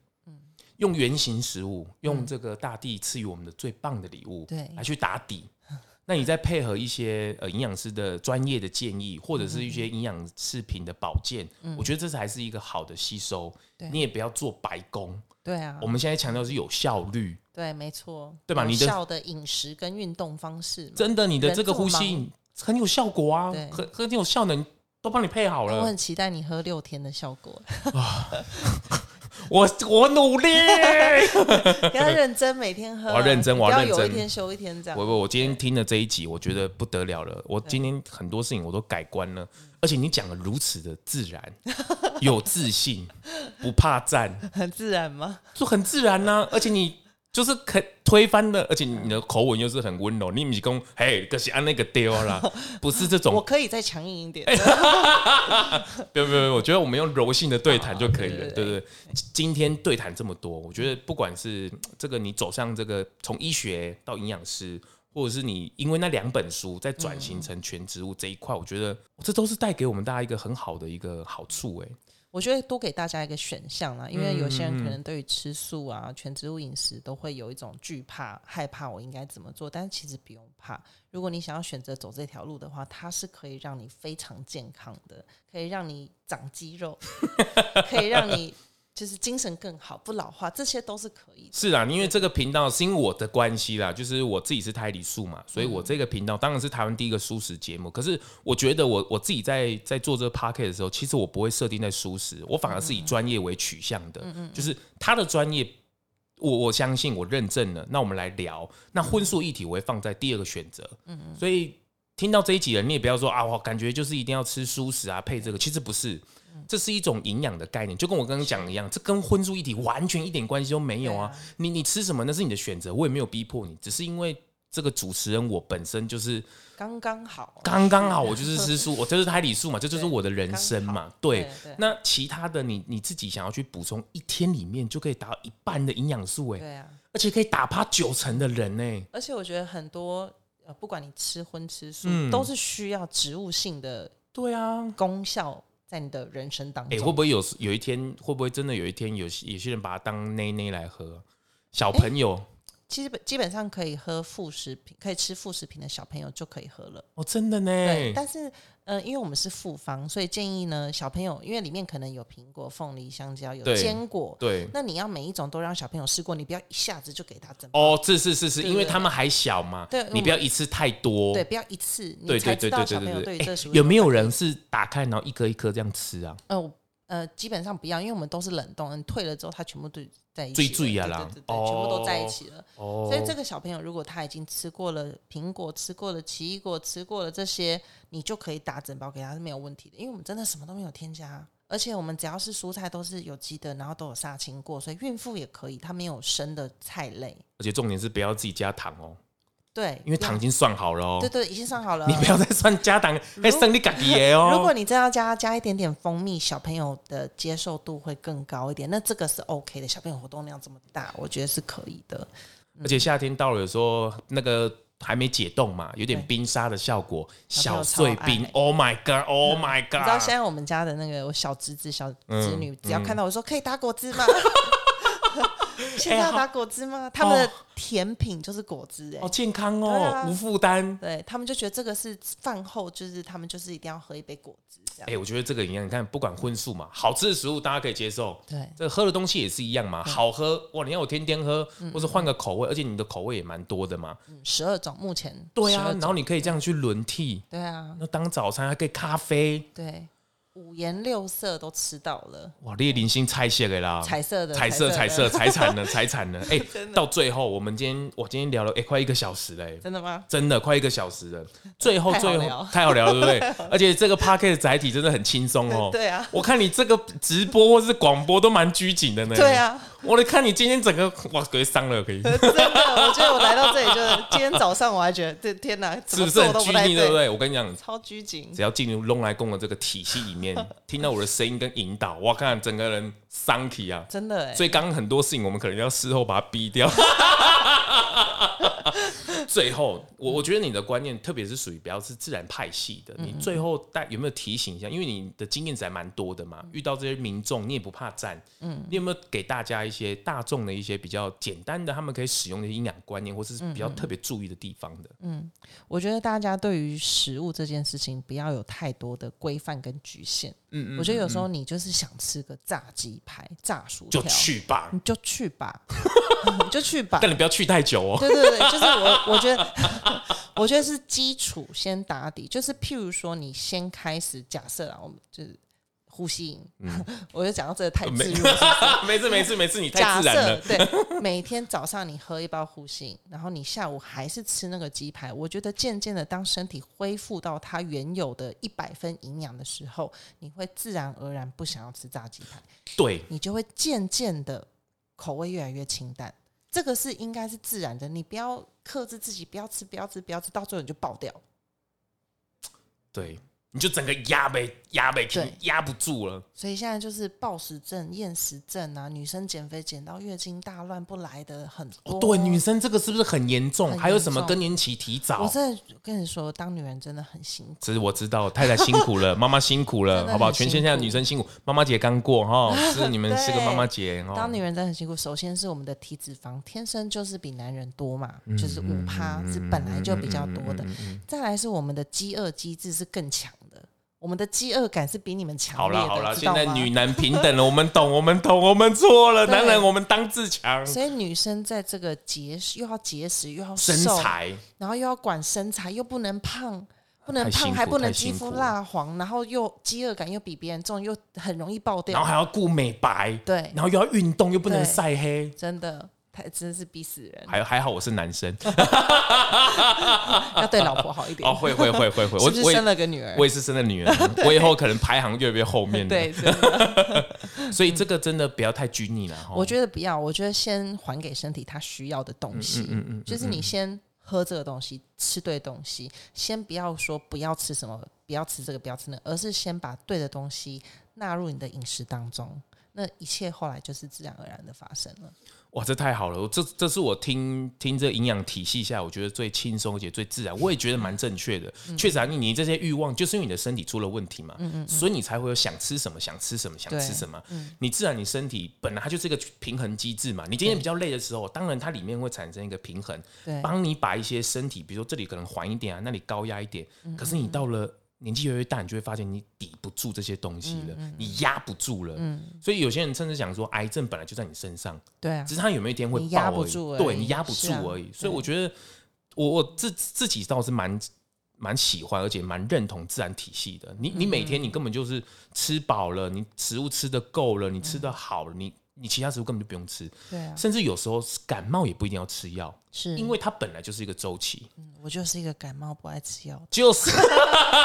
Speaker 1: 用原型食物，用这个大地赐予我们的最棒的礼物，
Speaker 2: 对
Speaker 1: 来去打底。那你再配合一些呃营养师的专业的建议，或者是一
Speaker 2: 嗯
Speaker 1: 些营养食品的保健，我觉得这才是一个好的吸收
Speaker 2: 对。
Speaker 1: 你也不要做白工。
Speaker 2: 对啊
Speaker 1: 我，们现在强调是有效率，
Speaker 2: 对，没错，
Speaker 1: 对吧
Speaker 2: 有
Speaker 1: 你的
Speaker 2: 效的饮食跟运动方式嘛，
Speaker 1: 真的，你的
Speaker 2: 人
Speaker 1: 这个
Speaker 2: 这么
Speaker 1: 呼吸很有效果啊
Speaker 2: 对，
Speaker 1: 很很有效能，都帮你配好
Speaker 2: 我
Speaker 1: 了。
Speaker 2: 很期待你喝六天的效果，
Speaker 1: 我我努 力，
Speaker 2: 你要认真每天喝啊，
Speaker 1: 我要认真
Speaker 2: 你不
Speaker 1: 我要
Speaker 2: 要
Speaker 1: 认
Speaker 2: 有一
Speaker 1: 真
Speaker 2: 天休一天这样
Speaker 1: 我。我我今天听了这一集，我觉得不得了了。我今天很多事情我都改观了，而且你讲的如此的自然，有自信，不怕赞，
Speaker 2: 很 自然吗？
Speaker 1: 就很自然呐、而且你就是肯推翻的，而且你的口吻又是很温柔。你不是讲嘿，可是按那个丢啦，不是这
Speaker 2: 我
Speaker 1: 种。
Speaker 2: 可以再强硬一点，
Speaker 1: 对不对？我觉得我们用柔性的对谈就可以了，
Speaker 2: 好
Speaker 1: 对
Speaker 2: 对
Speaker 1: 不对？今天对谈这么多，我觉得不管是嗯这个你走上这个从医学到营养师，或者是你因为那两本书在转型成全职物这一块，我觉得这都是带给我们大家一个很好的一个好处、哎，
Speaker 2: 我觉得多给大家一个选项啦，因为有些
Speaker 1: 嗯
Speaker 2: 人可能对于吃素啊、全植物饮食都会有一种惧怕、害怕，我应该怎么做？但是其实不用怕，如果你想要选择走这条路的话，它是可以让你非常健康的，可以让你长肌肉， 可以让你就是精神更好、不老化，这些都是可以的。
Speaker 1: 是啦，因为这个频道是因为我的关系啦，就是我自己是胎里素嘛，所以我这个频道当然是台湾第一个素食节目。可是我觉得我我自己在在做这个 p o c k e t 的时候，其实我不会设定在素食，我反而是以专业为取向的，就是他的专业。我我相信我认证了，那我们来聊。那荤素议题我会放在第二个选择，
Speaker 2: 嗯
Speaker 1: 所以听到这一集的人，你也不要说啊，我感觉就是一定要吃素食啊，配这个，其实不是，
Speaker 2: 嗯
Speaker 1: 这是一种营养的概念，就跟我刚刚讲的一样，这跟荤素一体完全一点关系都没有啊。
Speaker 2: 对啊
Speaker 1: 你你吃什么那是你的选择，我也没有逼迫你，只是因为这个主持人我本身就是
Speaker 2: 刚刚好，
Speaker 1: 刚刚好，我就是吃素，我就是胎里素嘛，这就是
Speaker 2: 对
Speaker 1: 我的人生
Speaker 2: 刚
Speaker 1: 嘛。对
Speaker 2: 对对，
Speaker 1: 那其他的你你自己想要去补充，一天里面就可以达到一半的营养素，哎，
Speaker 2: 对啊。
Speaker 1: 而且可以打趴九成的人呢、
Speaker 2: 而且我觉得很多呃，不管你吃荤吃素，
Speaker 1: 嗯
Speaker 2: 都是需要植物性的
Speaker 1: 对啊，
Speaker 2: 功效在你的人生当
Speaker 1: 哎、
Speaker 2: 中。
Speaker 1: 会不会有时有一天，会不会真的有一天有些有些人把它当奶奶来喝？小朋友、
Speaker 2: 其实本基本上可以喝副食品，可以吃副食品的小朋友就可以喝了。
Speaker 1: 哦，真的
Speaker 2: 对，
Speaker 1: 呢，
Speaker 2: 但是呃，因为我们是复方，所以建议呢，小朋友因为里面可能有苹果、凤梨、香蕉，有
Speaker 1: 对
Speaker 2: 坚果，
Speaker 1: 对，
Speaker 2: 那你要每一种都让小朋友试过，你不要一下子就给他整包。
Speaker 1: 哦，是是是是，
Speaker 2: 对
Speaker 1: 因为
Speaker 2: 对
Speaker 1: 他们还小嘛，
Speaker 2: 对
Speaker 1: 你不要一次太多，
Speaker 2: 对，不要一次，你
Speaker 1: 对
Speaker 2: 才
Speaker 1: 对对
Speaker 2: 知道
Speaker 1: 对
Speaker 2: 小
Speaker 1: 对
Speaker 2: 朋友
Speaker 1: 对
Speaker 2: 对
Speaker 1: 对
Speaker 2: 于
Speaker 1: 对，
Speaker 2: 这
Speaker 1: 哎
Speaker 2: 食物
Speaker 1: 有没有
Speaker 2: 反应
Speaker 1: 人是打开然后一颗一颗这样吃啊？
Speaker 2: 呃我呃，基本上不要，因为我们都是冷冻，嗯，退了之后它全部都在一起
Speaker 1: 最
Speaker 2: 了，
Speaker 1: 最啊
Speaker 2: 对
Speaker 1: 啦
Speaker 2: 对对对，全部都在一起了。
Speaker 1: 哦，
Speaker 2: 所以这个小朋友如果他已经吃过了苹果，吃过了奇异果，吃过了这些，你就可以打整包给他是没有问题的，因为我们真的什么都没有添加。而且我们只要是蔬菜都是有机的，然后都有杀青过，所以孕妇也可以，她没有生的菜类。
Speaker 1: 而且重点是不要自己加糖哦，
Speaker 2: 对，
Speaker 1: 因为
Speaker 2: 不要
Speaker 1: 糖已经算好了哦，
Speaker 2: 对对已经上好了。
Speaker 1: 你不要再算加糖，还生你自己的
Speaker 2: 如果
Speaker 1: 哦。
Speaker 2: 你真要加加一点点蜂蜜，小朋友的接受度会更高一点。那这个是 OK 的，小朋友活动量这么大，我觉得是可以的。
Speaker 1: 而且夏天到了，有时候那个。还没解冻嘛，有点
Speaker 2: 对
Speaker 1: 冰沙的效果，
Speaker 2: 小朋
Speaker 1: 小
Speaker 2: 友
Speaker 1: 碎
Speaker 2: 超爱
Speaker 1: 冰。Oh my god！Oh my
Speaker 2: 你知道现
Speaker 1: god！
Speaker 2: 在我们家的那个我小侄子、小侄女，
Speaker 1: 啊嗯
Speaker 2: 只要看到我说可以打果汁 吗？ 现在要打果汁吗？他
Speaker 1: 哎好
Speaker 2: 们的甜品就是果汁哎、
Speaker 1: 好健康
Speaker 2: 对
Speaker 1: 哦，
Speaker 2: 啊
Speaker 1: 无负担。
Speaker 2: 对他们就觉得这个是饭后，就是他们就是一定要喝一杯果汁这样。
Speaker 1: 哎、我觉得这个一样，你看，不管荤素嘛，好吃的食物大家可以接受，
Speaker 2: 对
Speaker 1: 这喝的东西也是一样嘛，好喝哇，你要我天天喝，
Speaker 2: 嗯
Speaker 1: 或者换个口味，而且你的口味也蛮多的嘛，
Speaker 2: 十二种目前
Speaker 1: 对啊
Speaker 2: 12，
Speaker 1: 然后你可以这样去轮替，
Speaker 2: 对啊
Speaker 1: 那当早餐还可以咖啡，
Speaker 2: 对，五颜六色都吃到了，
Speaker 1: 哇，列零星拆卸的啦，
Speaker 2: 彩色的
Speaker 1: 彩色彩
Speaker 2: 彩
Speaker 1: 色
Speaker 2: 色
Speaker 1: 财产了 财 产了，哎、到最后我们今天我今天聊了哎、快一个小时嘞、哎
Speaker 2: 真 的吗？
Speaker 1: 真的快一个小时 了，最后
Speaker 2: 太好
Speaker 1: 最后
Speaker 2: 聊
Speaker 1: 太好聊了，对不 对？而且这个 p o c k e t 载体真的很轻松哦。
Speaker 2: 对啊
Speaker 1: 我看你这个直播或是广播都蛮拘谨的呢。
Speaker 2: 对啊，
Speaker 1: 我得看你今天整个哇，给伤了，可 以
Speaker 2: 真的，我觉得我来到这里就是今天早上我还觉得这天哪，怎
Speaker 1: 是
Speaker 2: 么
Speaker 1: 不是
Speaker 2: 做
Speaker 1: 很
Speaker 2: 都
Speaker 1: 拘
Speaker 2: 不太
Speaker 1: 泥，对不对？我跟你讲，
Speaker 2: 超拘谨
Speaker 1: 只。要进入龙来共的这个体系里面，听到我的声音跟引导，我看整个人伤体啊。
Speaker 2: 真的哎、
Speaker 1: 所以刚刚很多事情，我们可能要事后把它逼掉。 最后，我我觉得你的观念，特别是属于比较是自然派系的，
Speaker 2: 嗯
Speaker 1: 你最后带有没有提醒一下？因为你的经验值还蛮多的
Speaker 2: 嗯
Speaker 1: 嘛，遇到这些民众你也不怕站，嗯，你有没有给大家一些大众的一些比较简单的，他们可以使用的营养观念，或是比较
Speaker 2: 嗯
Speaker 1: 特别注意的地方的？
Speaker 2: 我觉得大家对于食物这件事情不要有太多的规范跟局限。嗯嗯，我觉得有时候你就是想吃个炸鸡排、炸薯条，
Speaker 1: 就去吧，
Speaker 2: 你就去 吧，你就去吧。
Speaker 1: 但你不要去太久 哦。
Speaker 2: 对对对，就是我，我觉得， 我觉得是基础先打底，就是譬如说，你先开始假设啊，我们就是呼吸营， 我就讲到这个太自
Speaker 1: 没
Speaker 2: 入了，
Speaker 1: 没事没事没事，你太
Speaker 2: 假
Speaker 1: 自然
Speaker 2: 设
Speaker 1: 了。
Speaker 2: 对，每天早上你喝一包护心，然后你下午还是吃那个鸡排，我觉得渐渐的，当身体恢复到它原有的一百分营养的时候，你会自然而然不想要吃炸鸡排，
Speaker 1: 对，
Speaker 2: 你就会渐渐的口味越来越清淡。这个是应该是自然的，你不要克制自己，不要吃，不要吃，不要吃，到最后你就爆掉。
Speaker 1: 对，你就整个压呗压呗
Speaker 2: 对，
Speaker 1: 压不住了。
Speaker 2: 所以现在就是暴食症、厌食症啊，女生减肥减到月经大乱不来的很多。
Speaker 1: 哦，对，女生这个是不是很严重？
Speaker 2: 很
Speaker 1: 还有什么
Speaker 2: 严重
Speaker 1: 更年期提早
Speaker 2: 我？真的跟你说，当女人真的很辛苦。
Speaker 1: 这是我知道，太太辛苦 了，妈妈辛苦了
Speaker 2: 真，的
Speaker 1: 好不好？
Speaker 2: 很
Speaker 1: 全
Speaker 2: 辛
Speaker 1: 天下的
Speaker 2: 苦
Speaker 1: 女生辛苦，妈妈节刚过 哈，是你们是个妈妈节哦。
Speaker 2: 当女人真的很辛苦，首先是我们的体脂肪天生就是比男人多嘛，
Speaker 1: 嗯
Speaker 2: 就是五趴是本来就比较多的。再来是我们的饥饿机制是更强的，我们的饥饿感是比你们强
Speaker 1: 好
Speaker 2: 烈
Speaker 1: 啦
Speaker 2: 的，
Speaker 1: 好啦，
Speaker 2: 知
Speaker 1: 现
Speaker 2: 道
Speaker 1: 在
Speaker 2: 吗
Speaker 1: 女男平等了，我们懂，我们懂，我们错了，
Speaker 2: 对
Speaker 1: 男人我们当自强，
Speaker 2: 所以女生在这个节食又要节食又要
Speaker 1: 身
Speaker 2: 瘦，
Speaker 1: 材
Speaker 2: 然后又要管身材，又不能胖。不能
Speaker 1: 太辛
Speaker 2: 胖，
Speaker 1: 苦
Speaker 2: 还不能
Speaker 1: 太辛
Speaker 2: 肌
Speaker 1: 苦
Speaker 2: 肤蜡黄，然后又饥饿感又比别人重，又很容易爆
Speaker 1: 然后
Speaker 2: 掉。
Speaker 1: 还要顾美白，
Speaker 2: 对，
Speaker 1: 然后又要运动，又不能
Speaker 2: 对
Speaker 1: 晒黑。
Speaker 2: 真的，太真是逼死人。
Speaker 1: 还还好我是男 生
Speaker 2: 要对老婆好一点
Speaker 1: 哦，，会会会会会，
Speaker 2: 是不
Speaker 1: 我
Speaker 2: 是
Speaker 1: 我也
Speaker 2: 生了个女儿
Speaker 1: 我？也是生了女儿，我以后可能排行越来越后面的，
Speaker 2: 对，真的
Speaker 1: 所以这个真的不要太拘泥了哈。
Speaker 2: 我觉得不要，我觉得先还给身体它需要的东
Speaker 1: 嗯
Speaker 2: 西，就是你先喝这个东西，吃对东西，先不要说不要吃什么，不要吃这个，不要吃那个，而是先把对的东西纳入你的饮食当中，那一切后来就是自然而然的发生了。
Speaker 1: 哇，这太好了！我这这是我听听这营养体系下，我觉得最轻松而且最自然，我也觉得蛮正确的。确实啊，你你这些欲望，就是因为你的身体出了问题嘛，所以你才会有想吃什么、想吃什么、想吃什么。你自然你身体本来它就是一个平衡机制嘛。你今天比较累的时候，当然它里面会产生一个平衡，
Speaker 2: 对
Speaker 1: 帮你把一些身体，比如说这里可能缓一点啊，那里高压一点。可是你到了年纪越来越大，你就会发现你抵不住这些东西了，你压不住了。所以有些人甚至讲说，癌症本来就在你身上。
Speaker 2: 对啊
Speaker 1: 只，是他有没有一天会
Speaker 2: 你
Speaker 1: 爆
Speaker 2: 压
Speaker 1: 而
Speaker 2: 不
Speaker 1: 已
Speaker 2: 住而
Speaker 1: 对
Speaker 2: 已
Speaker 1: 你压不
Speaker 2: 是
Speaker 1: 住
Speaker 2: 啊
Speaker 1: 而已。所以我觉得我我自自己倒是蛮蛮喜欢，而且蛮认同自然体系的。你你每天
Speaker 2: 嗯
Speaker 1: 你根本就是吃饱了，你食物吃的够了，你吃
Speaker 2: 嗯
Speaker 1: 的好了，你你其他食物根本就不用吃，
Speaker 2: 对啊，
Speaker 1: 甚至有时候感冒也不一定要吃药，
Speaker 2: 是
Speaker 1: 因为它本来就是一个周期。
Speaker 2: 嗯我就是一个感冒不爱吃药的，
Speaker 1: 就是，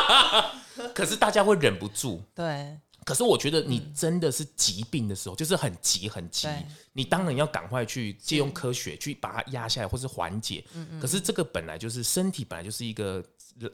Speaker 1: 可是大家会忍不住，
Speaker 2: 对
Speaker 1: 可是我觉得你真的是疾病的时候，就是很急很急
Speaker 2: 嗯对，
Speaker 1: 你当然要赶快去借用科学去把它压下来，或是缓解。
Speaker 2: 嗯
Speaker 1: 可是这个本来就是身体本来就是一个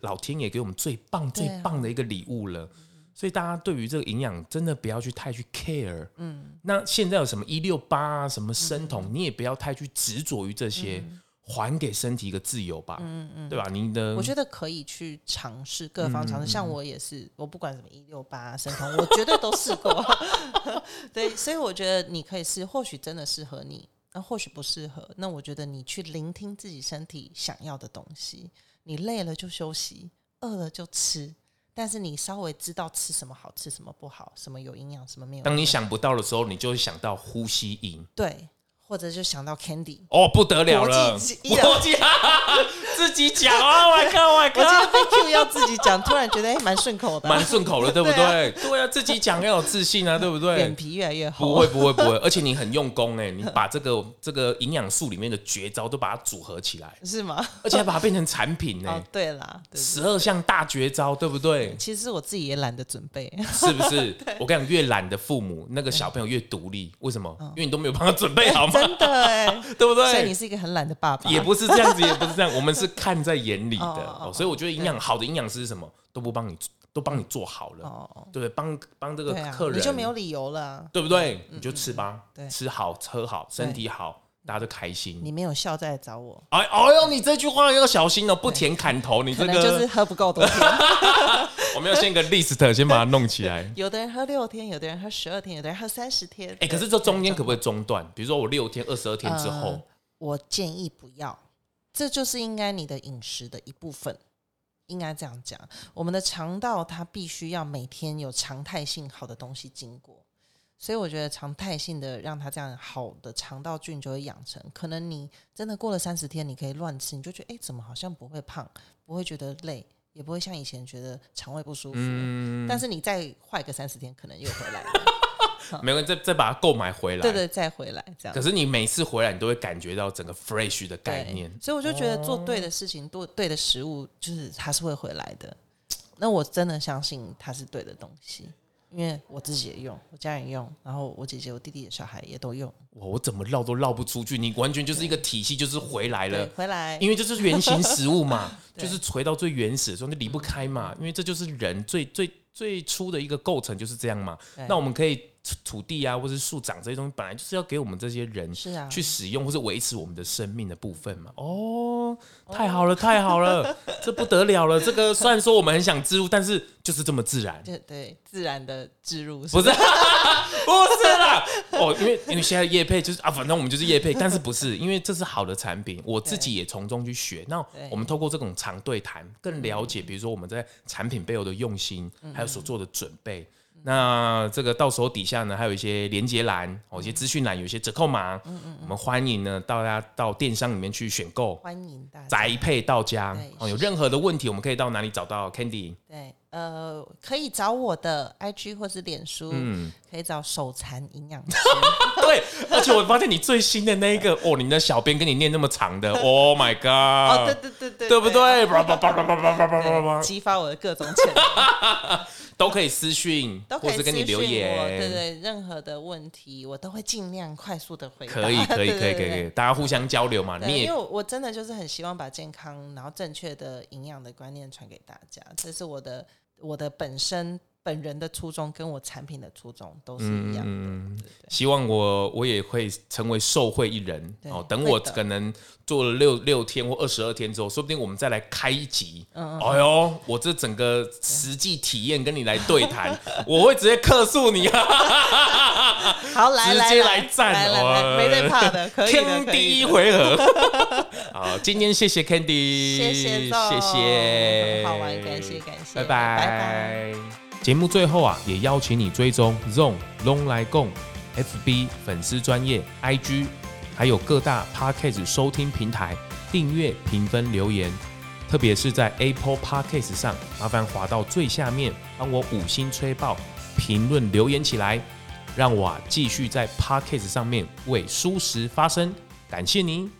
Speaker 1: 老天爷给我们最棒
Speaker 2: 对
Speaker 1: 最
Speaker 2: 啊嗯
Speaker 1: 棒的一个礼物了。所以大家对于这个营养真的不要去太去 care，嗯，那现在有什么一六八啊，什么生
Speaker 2: 嗯
Speaker 1: 酮，你也不要太去执着于这些，还给身体一个自由吧，嗯嗯，嗯对吧？你的
Speaker 2: 我觉得可以去尝试各方尝试，像我也是，我不管什么一六八生酮，我绝对都试过。 对，所以我觉得你可以试，或许真的适合你，那或许不适合。那我觉得你去聆听自己身体想要的东西，你累了就休息，饿了就吃，但是你稍微知道吃什么好吃，什么不好，什么有营养，什么没有营养。
Speaker 1: 当你想不到的时候，你就会想到呼吸营。
Speaker 2: 对，或者就想到 Candy。
Speaker 1: 哦，不得了了！
Speaker 2: 国际啊级
Speaker 1: 国际 自己讲啊， 我靠，我
Speaker 2: 我今
Speaker 1: 靠，
Speaker 2: 天被 Q 要自己讲，突然觉得哎，蛮顺口的啊、
Speaker 1: 蛮顺口的，对不
Speaker 2: 对
Speaker 1: 对？对啊，自己讲要有自信啊，对不
Speaker 2: 脸
Speaker 1: 对？
Speaker 2: 皮越来越厚。
Speaker 1: 不会，不会，不会，而且你很用功哎，你把这个这个营养素里面的绝招都把它组合起 来，
Speaker 2: 是吗？
Speaker 1: 而且还把它变成产品
Speaker 2: 哦
Speaker 1: 呢，，
Speaker 2: 对啦，对
Speaker 1: 十二项大绝招，对不对？
Speaker 2: 其实我自己也懒得准备，
Speaker 1: 是不 是？我跟你讲，越懒的父母，那个小朋友越独立，为什么？因为你都没有帮他准备好嘛，
Speaker 2: 真的嗯哎、
Speaker 1: 对 不对？
Speaker 2: 所以你是一个很懒的爸 爸，
Speaker 1: 也不是这样子，也不是这样，我们是看在眼里的。
Speaker 2: 哦哦
Speaker 1: 哦
Speaker 2: 哦
Speaker 1: 所以我觉得营养好的营养师是什么都不帮你，都帮你做好了，
Speaker 2: 哦，
Speaker 1: 对不对？帮帮这个
Speaker 2: 对啊
Speaker 1: 客，人，
Speaker 2: 你就没有理由了啊、
Speaker 1: 对不对？你就吃吧，
Speaker 2: 对
Speaker 1: 吃好喝好，身体好，大家都开心。
Speaker 2: 你没有笑再来找我，
Speaker 1: 哎哎呦，你这句话要小心哦，不填砍头，你
Speaker 2: 可
Speaker 1: 这
Speaker 2: 能就是
Speaker 1: 个
Speaker 2: 喝不够多天。
Speaker 1: 我们要先一个 list，先把它弄起 来。
Speaker 2: 有的人喝六天，有的人喝十二天，有的人喝三十天。
Speaker 1: 哎，可是这中间可不可以中断？比如说我六天、二十二天之后
Speaker 2: 呃，我建议不要，这就是应该你的饮食的一部分。应该这样讲，我们的肠道它必须要每天有常态性好的东西经过，所以我觉得常态性的让它这样好的肠道菌就会养成。可能你真的过了三十天，你可以乱吃，你就觉得哎、诶怎么好像不会胖，不会觉得累，也不会像以前觉得肠胃不舒服。
Speaker 1: 嗯，
Speaker 2: 但是你再坏个三十天，可能又回来了。
Speaker 1: 没关系，再再把它购买回来。
Speaker 2: 嗯对对，再回来这样
Speaker 1: 可。是你每次回来，你都会感觉到整个 fresh 的概
Speaker 2: 对
Speaker 1: 念。
Speaker 2: 所以我就觉得做对的事情，做对的食物，就是它是会回来的。那我真的相信它是对的东西，因为我自己也用，我家人用，然后我姐姐、我弟弟的小孩也都用。
Speaker 1: 哇，我怎么绕都绕不出去，你完全就是一个体系，就是回来
Speaker 2: 对
Speaker 1: 了，。
Speaker 2: 回来，
Speaker 1: 因为这就是原型食物嘛，
Speaker 2: 对
Speaker 1: 就是回到最原始的时候，那离不开嘛，因为这就是人最最最初的一个构成就是这样嘛
Speaker 2: 对。
Speaker 1: 那我们可以土土地啊，或是树长这些东西，本来就是要给我们这些人
Speaker 2: 是啊
Speaker 1: 去使用，或是维持我们的生命的部分嘛。哦，太好了，太好了，这不得了了。这个虽然说我们很想植入，但是就是这么自然。
Speaker 2: 对对，自然的置入
Speaker 1: 不是，不是啦， 哦，因为因为现在叶配就是啊，反正我们就是叶配，但是不是，因为这是好的产品，我自己也从中去学。那
Speaker 2: 对
Speaker 1: 我们透过这种长对谈，更了解，比如说我们在产品背后的用心，还有所做的准备。那这个到时候底下呢，还有一些连接栏，哦，一些资讯栏，有一些折扣码，我们欢迎呢大家到电商里面去选购，
Speaker 2: 欢迎大家。
Speaker 1: 宅配到家
Speaker 2: 对。
Speaker 1: 哦，有任何的问题，我们可以到哪里找到 Candy？
Speaker 2: 对，呃，可以找我的 IG 或是脸书，可以找手残营养师。
Speaker 1: 对，而且我发现你最新的那一个，哦，你的小编跟你念那么长 的，Oh my
Speaker 2: 哦，对
Speaker 1: god，
Speaker 2: 对对对，
Speaker 1: 对不对？叭叭叭叭叭叭叭叭叭
Speaker 2: 对？
Speaker 1: 叭
Speaker 2: 激发我的各种潜能。
Speaker 1: 都可以私讯，
Speaker 2: 都
Speaker 1: 或
Speaker 2: 可以
Speaker 1: 是跟你
Speaker 2: 私
Speaker 1: 留
Speaker 2: 讯我对
Speaker 1: 言，
Speaker 2: 对，任何的问题我都会尽量快速的回答。
Speaker 1: 可以，可以，
Speaker 2: 对
Speaker 1: 可以，
Speaker 2: 对
Speaker 1: 可以
Speaker 2: 对
Speaker 1: 可以，大家互相交流嘛。
Speaker 2: 对
Speaker 1: 你
Speaker 2: 因为
Speaker 1: 也
Speaker 2: 我我真的就是很希望把健康，然后正确的营养的观念传给大家，这是我的我的本身本人的初衷，跟我产品的初衷都是一样的。
Speaker 1: 嗯
Speaker 2: 对对
Speaker 1: 希望我我也会成为受惠一人
Speaker 2: 对
Speaker 1: 哦。等我
Speaker 2: 会的
Speaker 1: 可能做了六六天或二十二天之后，说不定我们再来开一集。
Speaker 2: 嗯
Speaker 1: 哎呦，我这整个实际体验跟你来对谈， 我会直接客诉你啊。
Speaker 2: 好，来
Speaker 1: 直
Speaker 2: 来
Speaker 1: 接
Speaker 2: 来
Speaker 1: 来赞
Speaker 2: 来来
Speaker 1: 哦
Speaker 2: 来，没在怕的，可以的，
Speaker 1: 天
Speaker 2: 可
Speaker 1: 第
Speaker 2: 以
Speaker 1: 一
Speaker 2: 的。
Speaker 1: 回 合。好，今天谢谢 Candy，
Speaker 2: 谢谢
Speaker 1: 谢
Speaker 2: Zoe，
Speaker 1: 谢，
Speaker 2: 很好玩感谢感谢
Speaker 1: 拜
Speaker 2: 拜
Speaker 1: 拜
Speaker 2: 拜。
Speaker 1: 节目最后啊，也邀请你追踪 Zone Long 来共 FB 粉丝专业 IG，还有各大 Podcast 收听平台订阅、评分、留言。特别是在 Apple Podcast 上，麻烦滑到最下面，帮我五星吹爆，评论留言起来，让我啊继续在 Podcast 上面为舒适发声。感谢您。